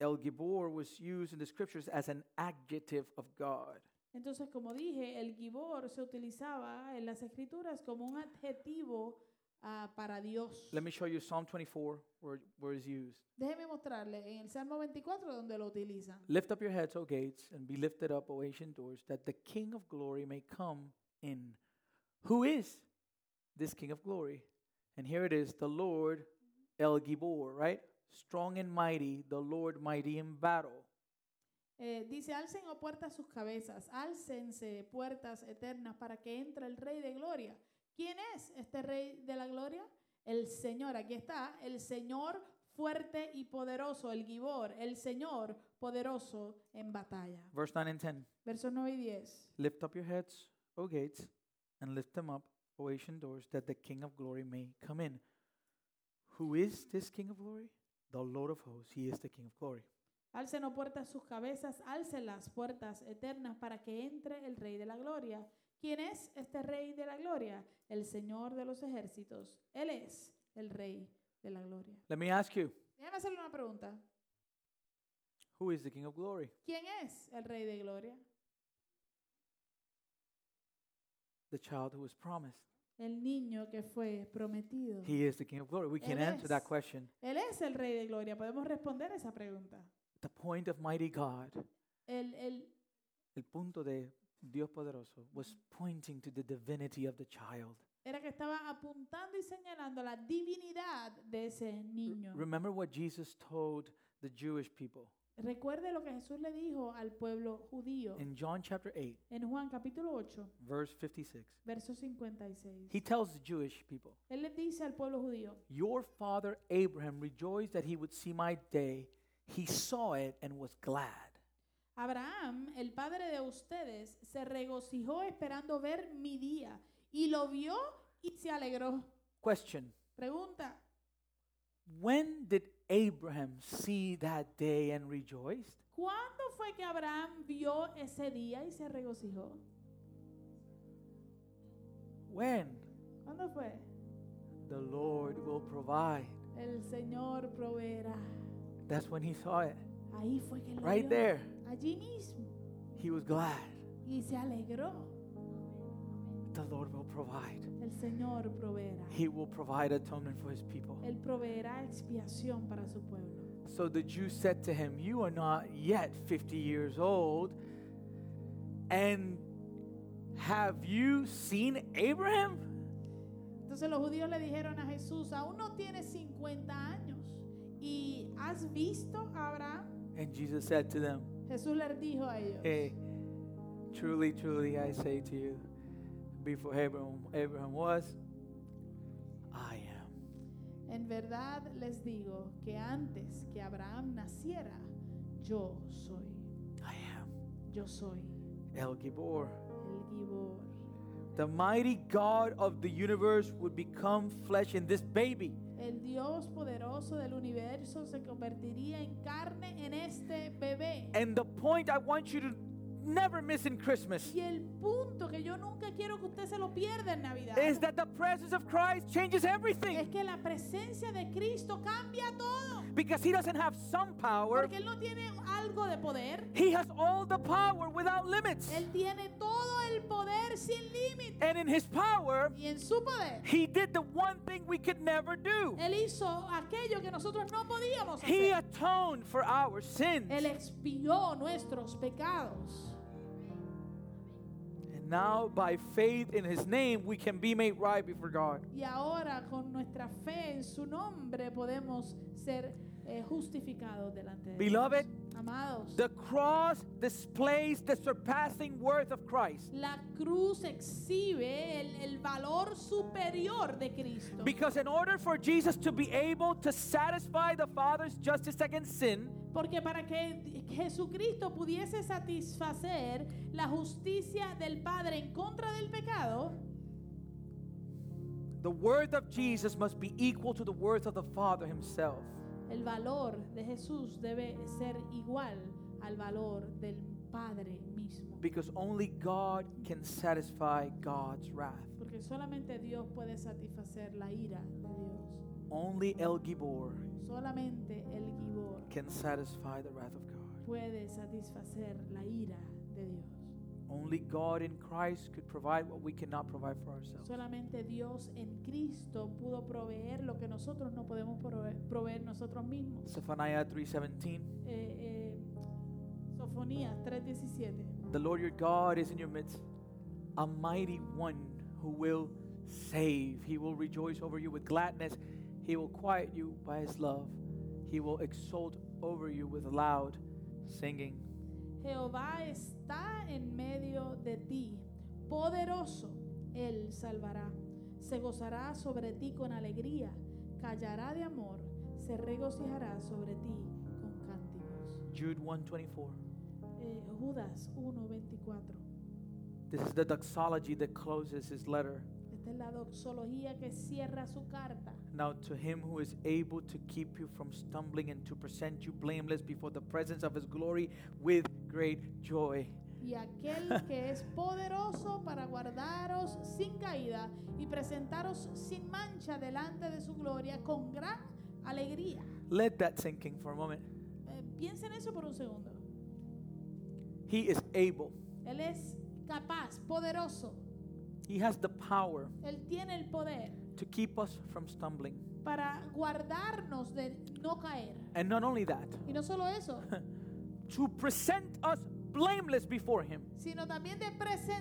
[SPEAKER 2] El Gibor was used in the scriptures as an adjective of God.
[SPEAKER 1] Entonces, como dije, el gibor se utilizaba en las escrituras como un adjetivo ah, para Dios.
[SPEAKER 2] Let me show you Psalm 24 where, where it's used.
[SPEAKER 1] Déjeme mostrarle en el Salmo 24 donde lo utilizan.
[SPEAKER 2] Lift up your heads, O gates, and be lifted up, O ancient doors, that the King of glory may come in. Who is this King of glory? And here it is the Lord El Gibor, right? Strong and mighty, the Lord mighty in battle.
[SPEAKER 1] Eh, dice, alcen o puertas sus cabezas, álcense puertas eternas para que entre el Rey de Gloria. ¿Quién es este Rey de la Gloria? El Señor, aquí está, el Señor fuerte y poderoso, el Gibor, el Señor poderoso en batalla.
[SPEAKER 2] Verse 9 and 10.
[SPEAKER 1] Versos 9 y 10.
[SPEAKER 2] Lift up your heads, O gates, and lift them up, O ancient doors, that the King of glory may come in. Who is this King of glory? The Lord of hosts. He is the King of glory.
[SPEAKER 1] Alcen, oh puertas, sus cabezas, alcen las puertas eternas para que entre el Rey de la Gloria. ¿Quién es este Rey de la Gloria? El Señor de los ejércitos. Él es el Rey de la Gloria.
[SPEAKER 2] Let me ask you,
[SPEAKER 1] Déjame hacerle una pregunta.
[SPEAKER 2] who is the King of glory?
[SPEAKER 1] ¿Quién es el Rey de Gloria?
[SPEAKER 2] The child who was promised.
[SPEAKER 1] El niño que fue prometido.
[SPEAKER 2] He is the King of glory. We can
[SPEAKER 1] Él
[SPEAKER 2] answer that
[SPEAKER 1] es.
[SPEAKER 2] question.
[SPEAKER 1] Él es el Rey de Gloria. Podemos responder esa pregunta.
[SPEAKER 2] The point of mighty God,
[SPEAKER 1] El, el,
[SPEAKER 2] el punto de Dios poderoso, was pointing to the divinity of the child.
[SPEAKER 1] era que estaba apuntando y señalando la divinidad de ese niño.
[SPEAKER 2] Remember what Jesus told the Jewish people
[SPEAKER 1] Recuerde lo que Jesús le dijo al pueblo judío
[SPEAKER 2] in John chapter 8,
[SPEAKER 1] en Juan capítulo 8,
[SPEAKER 2] verse 56.
[SPEAKER 1] verso 56.
[SPEAKER 2] He tells the Jewish people,
[SPEAKER 1] Él les dice al pueblo judío,
[SPEAKER 2] Your father Abraham rejoiced that he would see my day. He saw it and was glad.
[SPEAKER 1] Abraham, el padre de ustedes, se regocijó esperando ver mi día y lo vio y se alegró.
[SPEAKER 2] Question
[SPEAKER 1] Pregunta,
[SPEAKER 2] When did Abraham see that day and rejoiced?
[SPEAKER 1] ¿cuándo fue que Abraham vio ese día y se regocijó?
[SPEAKER 2] When
[SPEAKER 1] ¿Cuándo fue?
[SPEAKER 2] the Lord will provide.
[SPEAKER 1] El Señor proveerá.
[SPEAKER 2] That's when he saw it.
[SPEAKER 1] Ahí fue que lo vio.
[SPEAKER 2] Right there,
[SPEAKER 1] Allí mismo.
[SPEAKER 2] he was glad.
[SPEAKER 1] Y se alegró.
[SPEAKER 2] The Lord will provide.
[SPEAKER 1] El Señor proveerá.
[SPEAKER 2] He will provide atonement for his people.
[SPEAKER 1] Él proveerá expiación para su pueblo.
[SPEAKER 2] So the Jews said to him, You are not yet 50 years old, and have you seen Abraham?
[SPEAKER 1] Entonces los judíos le dijeron a Jesús, aún no tienes 50 años y has visto a Abraham.
[SPEAKER 2] And Jesus said to them,
[SPEAKER 1] Jesús les dijo a ellos,
[SPEAKER 2] Hey, truly, truly, I say to you, before Abraham, Abraham was, I am.
[SPEAKER 1] en verdad les digo que antes que Abraham naciera, yo soy,
[SPEAKER 2] I am
[SPEAKER 1] yo soy
[SPEAKER 2] El Gibor.
[SPEAKER 1] el Gibor.
[SPEAKER 2] The mighty God of the universe would become flesh in this baby.
[SPEAKER 1] El Dios poderoso del universo se convertiría en carne en este bebé.
[SPEAKER 2] And the point I want you to never miss in Christmas
[SPEAKER 1] Y el punto que yo nunca quiero que usted se lo pierda en Navidad.
[SPEAKER 2] is that the presence of Christ changes
[SPEAKER 1] es
[SPEAKER 2] everything
[SPEAKER 1] que la presencia de Cristo cambia todo.
[SPEAKER 2] because he doesn't have some power.
[SPEAKER 1] Porque Él no tiene algo de poder.
[SPEAKER 2] He has all the power without limits.
[SPEAKER 1] Él tiene todo el poder sin límite.
[SPEAKER 2] And in his power,
[SPEAKER 1] Y en su poder,
[SPEAKER 2] he did the one thing we could never do.
[SPEAKER 1] Él hizo aquello que nosotros no podíamos
[SPEAKER 2] He
[SPEAKER 1] hacer.
[SPEAKER 2] atoned for our sins.
[SPEAKER 1] Él expió nuestros pecados.
[SPEAKER 2] And now, by faith in his name, we can be made right before God.
[SPEAKER 1] Y ahora con nuestra fe en su nombre podemos ser eh, justificados delante de Dios.
[SPEAKER 2] Beloved,
[SPEAKER 1] Amados,
[SPEAKER 2] the cross displays the surpassing worth of Christ
[SPEAKER 1] la cruz exhibe el, el valor superior de Cristo.
[SPEAKER 2] because, in order for Jesus to be able to satisfy the Father's justice against sin,
[SPEAKER 1] Porque para que Jesucristo pudiese satisfacer la justicia del Padre en contra del pecado,
[SPEAKER 2] the worth of Jesus must be equal to the worth of the Father himself.
[SPEAKER 1] el valor de Jesús debe ser igual al valor del Padre mismo.
[SPEAKER 2] Because only God can satisfy God's wrath.
[SPEAKER 1] Porque solamente Dios puede satisfacer la ira de Dios.
[SPEAKER 2] Only El Gibor
[SPEAKER 1] Solamente el Gibor
[SPEAKER 2] can satisfy the wrath of God.
[SPEAKER 1] puede satisfacer la ira de Dios.
[SPEAKER 2] Only God in Christ could provide what we cannot provide for ourselves.
[SPEAKER 1] Solamente Dios en Cristo pudo proveer lo que nosotros no podemos prove- proveer nosotros mismos.
[SPEAKER 2] Zephaniah 3:17
[SPEAKER 1] eh, eh, Sofonías 3:17.
[SPEAKER 2] The Lord your God is in your midst, a mighty one who will save. He will rejoice over you with gladness. He will quiet you by his love. He will exult over you with loud singing.
[SPEAKER 1] Jehová está en medio de ti, poderoso, él salvará, se gozará sobre ti con alegría, callará de amor, se se regocijará sobre ti con cánticos.
[SPEAKER 2] Jude 124.
[SPEAKER 1] Eh, Judas 1:24.
[SPEAKER 2] This is the doxology that closes his letter.
[SPEAKER 1] Esta es la doxología que cierra su carta.
[SPEAKER 2] Now, to him who is able to keep you from stumbling and to present you blameless before the presence of his glory with great joy.
[SPEAKER 1] Y aquel que es poderoso para guardaros sin caída y presentaros sin mancha delante de su gloria con gran alegría.
[SPEAKER 2] Let that sink in for a moment.
[SPEAKER 1] Eh, piensa en eso por un segundo.
[SPEAKER 2] He is able,
[SPEAKER 1] Él es capaz, poderoso.
[SPEAKER 2] he has the power
[SPEAKER 1] Él tiene el poder
[SPEAKER 2] to keep us from stumbling.
[SPEAKER 1] para guardarnos de no caer.
[SPEAKER 2] And not only that,
[SPEAKER 1] Y no solo eso,
[SPEAKER 2] to present us blameless before him.
[SPEAKER 1] sino también de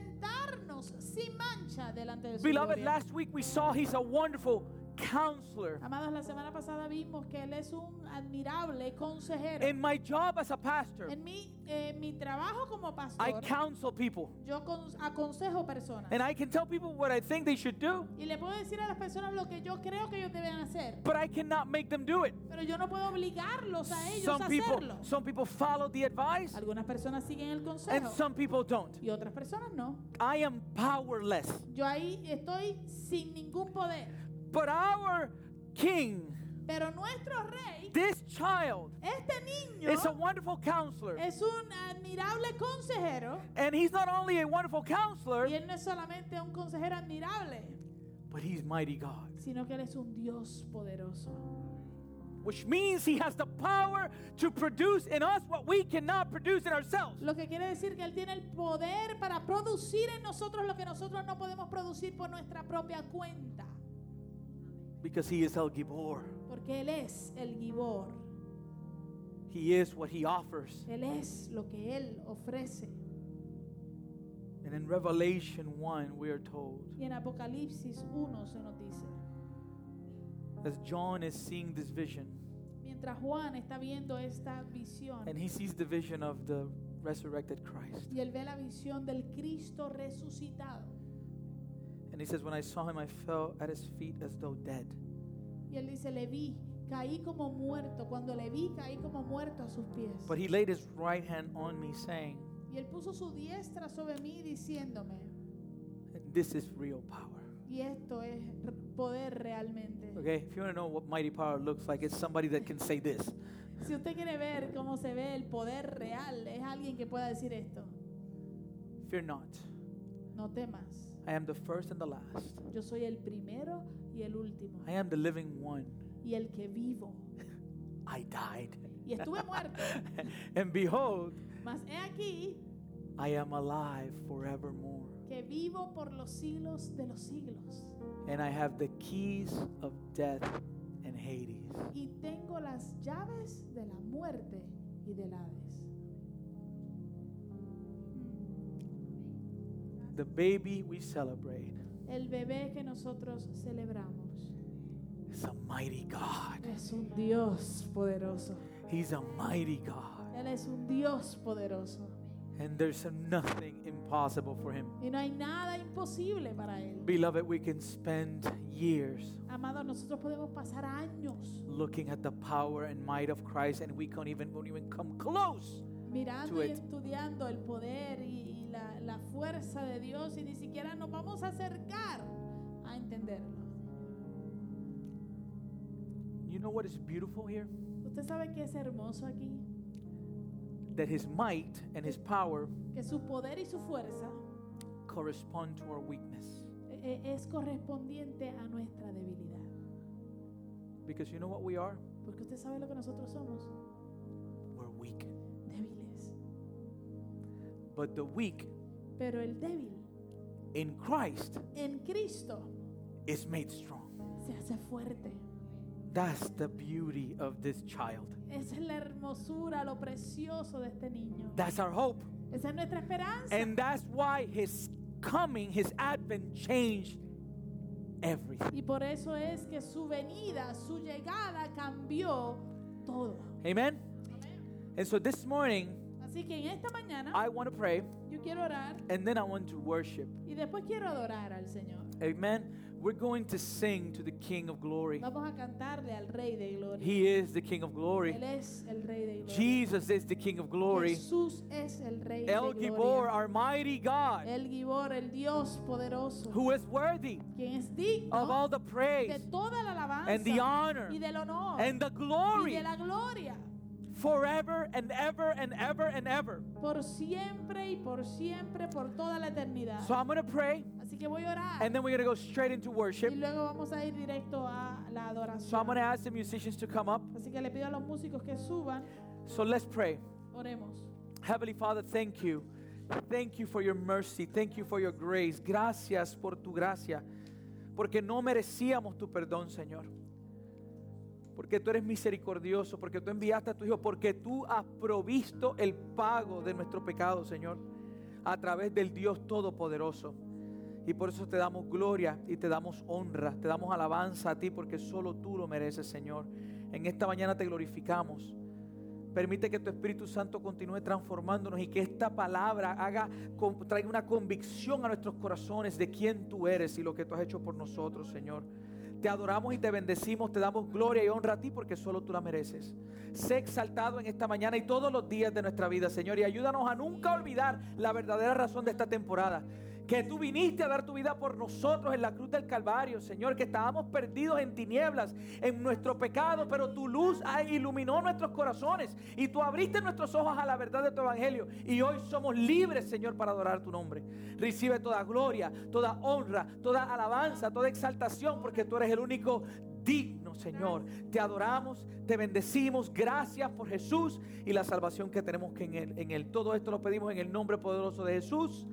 [SPEAKER 1] presentarnos sin mancha delante de su
[SPEAKER 2] Beloved,
[SPEAKER 1] gloria.
[SPEAKER 2] last week we saw he's a wonderful counselor.
[SPEAKER 1] Amados, la semana pasada vimos que él es un admirable consejero.
[SPEAKER 2] In my job as a pastor,
[SPEAKER 1] en mi, eh, mi trabajo como
[SPEAKER 2] I
[SPEAKER 1] pastor,
[SPEAKER 2] counsel people.
[SPEAKER 1] yo con- aconsejo personas.
[SPEAKER 2] And I can tell people what I think they should do,
[SPEAKER 1] y le puedo decir a las personas lo que yo creo que ellos deben hacer,
[SPEAKER 2] but I cannot make them do it.
[SPEAKER 1] pero yo no puedo obligarlos a ellos
[SPEAKER 2] Some
[SPEAKER 1] a
[SPEAKER 2] people,
[SPEAKER 1] hacerlo.
[SPEAKER 2] some people follow the advice,
[SPEAKER 1] Algunas personas siguen el
[SPEAKER 2] and
[SPEAKER 1] consejo
[SPEAKER 2] some people don't.
[SPEAKER 1] y otras personas no.
[SPEAKER 2] I am powerless,
[SPEAKER 1] Yo ahí estoy sin ningún poder.
[SPEAKER 2] but our King,
[SPEAKER 1] Pero nuestro rey,
[SPEAKER 2] this child,
[SPEAKER 1] este niño,
[SPEAKER 2] is a wonderful counselor,
[SPEAKER 1] es un admirable consejero.
[SPEAKER 2] and he's not only a wonderful counselor,
[SPEAKER 1] Y él no es solamente un consejero admirable,
[SPEAKER 2] but he's mighty God,
[SPEAKER 1] sino que él es un Dios poderoso.
[SPEAKER 2] which means he has the power to produce in us what we cannot produce in ourselves.
[SPEAKER 1] Lo que quiere decir que él tiene el poder para producir en nosotros lo que nosotros no podemos producir por nuestra propia cuenta,
[SPEAKER 2] Because he is El Gibor,
[SPEAKER 1] porque él es el Gibor.
[SPEAKER 2] he is what he offers.
[SPEAKER 1] Él es lo que él ofrece.
[SPEAKER 2] And in Revelation 1, we are told
[SPEAKER 1] Y en Apocalipsis 1 se nos dice,
[SPEAKER 2] as John is seeing this vision,
[SPEAKER 1] mientras Juan está viendo esta visión
[SPEAKER 2] and he sees the vision of the resurrected Christ.
[SPEAKER 1] y él ve la visión del Cristo resucitado,
[SPEAKER 2] And he says, When I saw him, I fell at his feet as though dead.
[SPEAKER 1] y él dice, le vi, caí como muerto, cuando le vi caí como muerto a sus pies.
[SPEAKER 2] But he laid his right hand on me, saying,
[SPEAKER 1] Y él puso su diestra sobre mí diciéndome,
[SPEAKER 2] This is real power.
[SPEAKER 1] y esto es r- poder realmente.
[SPEAKER 2] Okay, if you want to know what mighty power looks like, it's somebody that can say this.
[SPEAKER 1] Si usted quiere ver cómo se ve el poder real, es alguien que pueda decir esto.
[SPEAKER 2] Fear not.
[SPEAKER 1] No temas,
[SPEAKER 2] I am the first and the last.
[SPEAKER 1] yo soy el primero y el último,
[SPEAKER 2] I am the living one.
[SPEAKER 1] y el que vivo.
[SPEAKER 2] I died.
[SPEAKER 1] Y estuve muerto,
[SPEAKER 2] And behold,
[SPEAKER 1] mas he aquí
[SPEAKER 2] I am alive forevermore.
[SPEAKER 1] que vivo por los siglos de los siglos,
[SPEAKER 2] And I have the keys of death and Hades.
[SPEAKER 1] y tengo las llaves de la muerte y del Hades.
[SPEAKER 2] The baby we celebrate
[SPEAKER 1] El bebé que nosotros celebramos.
[SPEAKER 2] is a mighty God.
[SPEAKER 1] Es un Dios poderoso.
[SPEAKER 2] He's a mighty God.
[SPEAKER 1] Él es un Dios poderoso.
[SPEAKER 2] And there's nothing impossible for him.
[SPEAKER 1] Y no hay nada imposible para Él.
[SPEAKER 2] Beloved, we can spend years
[SPEAKER 1] Amados, nosotros podemos pasar años
[SPEAKER 2] looking at the power and might of Christ, and we can't even, won't even come close.
[SPEAKER 1] mirando
[SPEAKER 2] To
[SPEAKER 1] y
[SPEAKER 2] it.
[SPEAKER 1] estudiando el poder y, y la, la fuerza de Dios y ni siquiera nos vamos a acercar a entenderlo.
[SPEAKER 2] You know what is beautiful here?
[SPEAKER 1] Usted sabe que es hermoso aquí,
[SPEAKER 2] That his might and his power
[SPEAKER 1] que su poder y su fuerza
[SPEAKER 2] correspond to our weakness.
[SPEAKER 1] eh, eh, es correspondiente a nuestra debilidad.
[SPEAKER 2] Because you know what we are?
[SPEAKER 1] Porque usted sabe lo que nosotros somos,
[SPEAKER 2] We're weak.
[SPEAKER 1] débiles.
[SPEAKER 2] But the weak
[SPEAKER 1] Pero el débil
[SPEAKER 2] in Christ
[SPEAKER 1] en Cristo
[SPEAKER 2] is made strong.
[SPEAKER 1] se hace fuerte.
[SPEAKER 2] That's the beauty of this child.
[SPEAKER 1] Esa es la hermosura, lo precioso de este niño.
[SPEAKER 2] That's our hope.
[SPEAKER 1] Esa es nuestra esperanza.
[SPEAKER 2] And that's why his coming, his advent changed everything.
[SPEAKER 1] Y por eso es que su venida, su llegada cambió todo.
[SPEAKER 2] Amen? And so this morning,
[SPEAKER 1] Así que en esta mañana
[SPEAKER 2] I want to pray
[SPEAKER 1] yo quiero orar
[SPEAKER 2] and then I want to worship.
[SPEAKER 1] y después quiero adorar al Señor.
[SPEAKER 2] Amen? We're going to sing to the King of Glory.
[SPEAKER 1] Vamos a cantarle al Rey de Gloria.
[SPEAKER 2] He is the King of Glory.
[SPEAKER 1] Él es el Rey de Gloria.
[SPEAKER 2] Jesus is the King of Glory.
[SPEAKER 1] Jesús es el Rey
[SPEAKER 2] El
[SPEAKER 1] de
[SPEAKER 2] Gibor,
[SPEAKER 1] Gloria.
[SPEAKER 2] our mighty God,
[SPEAKER 1] El Gibor, el Dios poderoso,
[SPEAKER 2] who is worthy
[SPEAKER 1] quien es digno
[SPEAKER 2] of all the
[SPEAKER 1] de
[SPEAKER 2] praise
[SPEAKER 1] toda la alabanza
[SPEAKER 2] and the honor
[SPEAKER 1] y del honor
[SPEAKER 2] and the
[SPEAKER 1] y de
[SPEAKER 2] glory
[SPEAKER 1] la gloria
[SPEAKER 2] forever and ever and ever and ever.
[SPEAKER 1] por siempre y por siempre, por toda la eternidad.
[SPEAKER 2] So I'm going to pray
[SPEAKER 1] Así que voy a orar
[SPEAKER 2] and then we're going to go straight into worship.
[SPEAKER 1] y luego vamos a ir directo a la
[SPEAKER 2] So
[SPEAKER 1] adoración.
[SPEAKER 2] I'm going to ask the musicians to come up.
[SPEAKER 1] Así que le pido a los músicos que suban,
[SPEAKER 2] So let's pray.
[SPEAKER 1] oremos.
[SPEAKER 2] Heavenly Father, thank you. Thank you for your mercy. Thank you for your grace. Gracias por tu gracia. Porque no merecíamos tu perdón, Señor. Porque tú eres misericordioso, porque tú enviaste a tu Hijo, porque tú has provisto el pago de nuestro pecado, Señor, a través del Dios Todopoderoso. Y por eso te damos gloria y te damos honra, te damos alabanza a ti, porque solo tú lo mereces, Señor. En esta mañana te glorificamos. Permite que tu Espíritu Santo continúe transformándonos y que esta palabra haga, con- traiga una convicción a nuestros corazones de quién tú eres y lo que tú has hecho por nosotros, Señor. Te adoramos y te bendecimos, te damos gloria y honra a ti porque solo tú la mereces. Sé exaltado en esta mañana y todos los días de nuestra vida, Señor, y ayúdanos a nunca olvidar la verdadera razón de esta temporada. Que tú viniste a dar tu vida por nosotros en la cruz del Calvario, Señor, que estábamos perdidos en tinieblas, en nuestro pecado, pero tu luz ah, iluminó nuestros corazones y tú abriste nuestros ojos a la verdad de tu evangelio y hoy somos libres, Señor, para adorar tu nombre. Recibe toda gloria, toda honra, toda alabanza, toda exaltación, porque tú eres el único digno, Señor. Te adoramos, te bendecimos. Gracias por Jesús y la salvación que tenemos que en él. En él. Todo esto lo pedimos en el nombre poderoso de Jesús.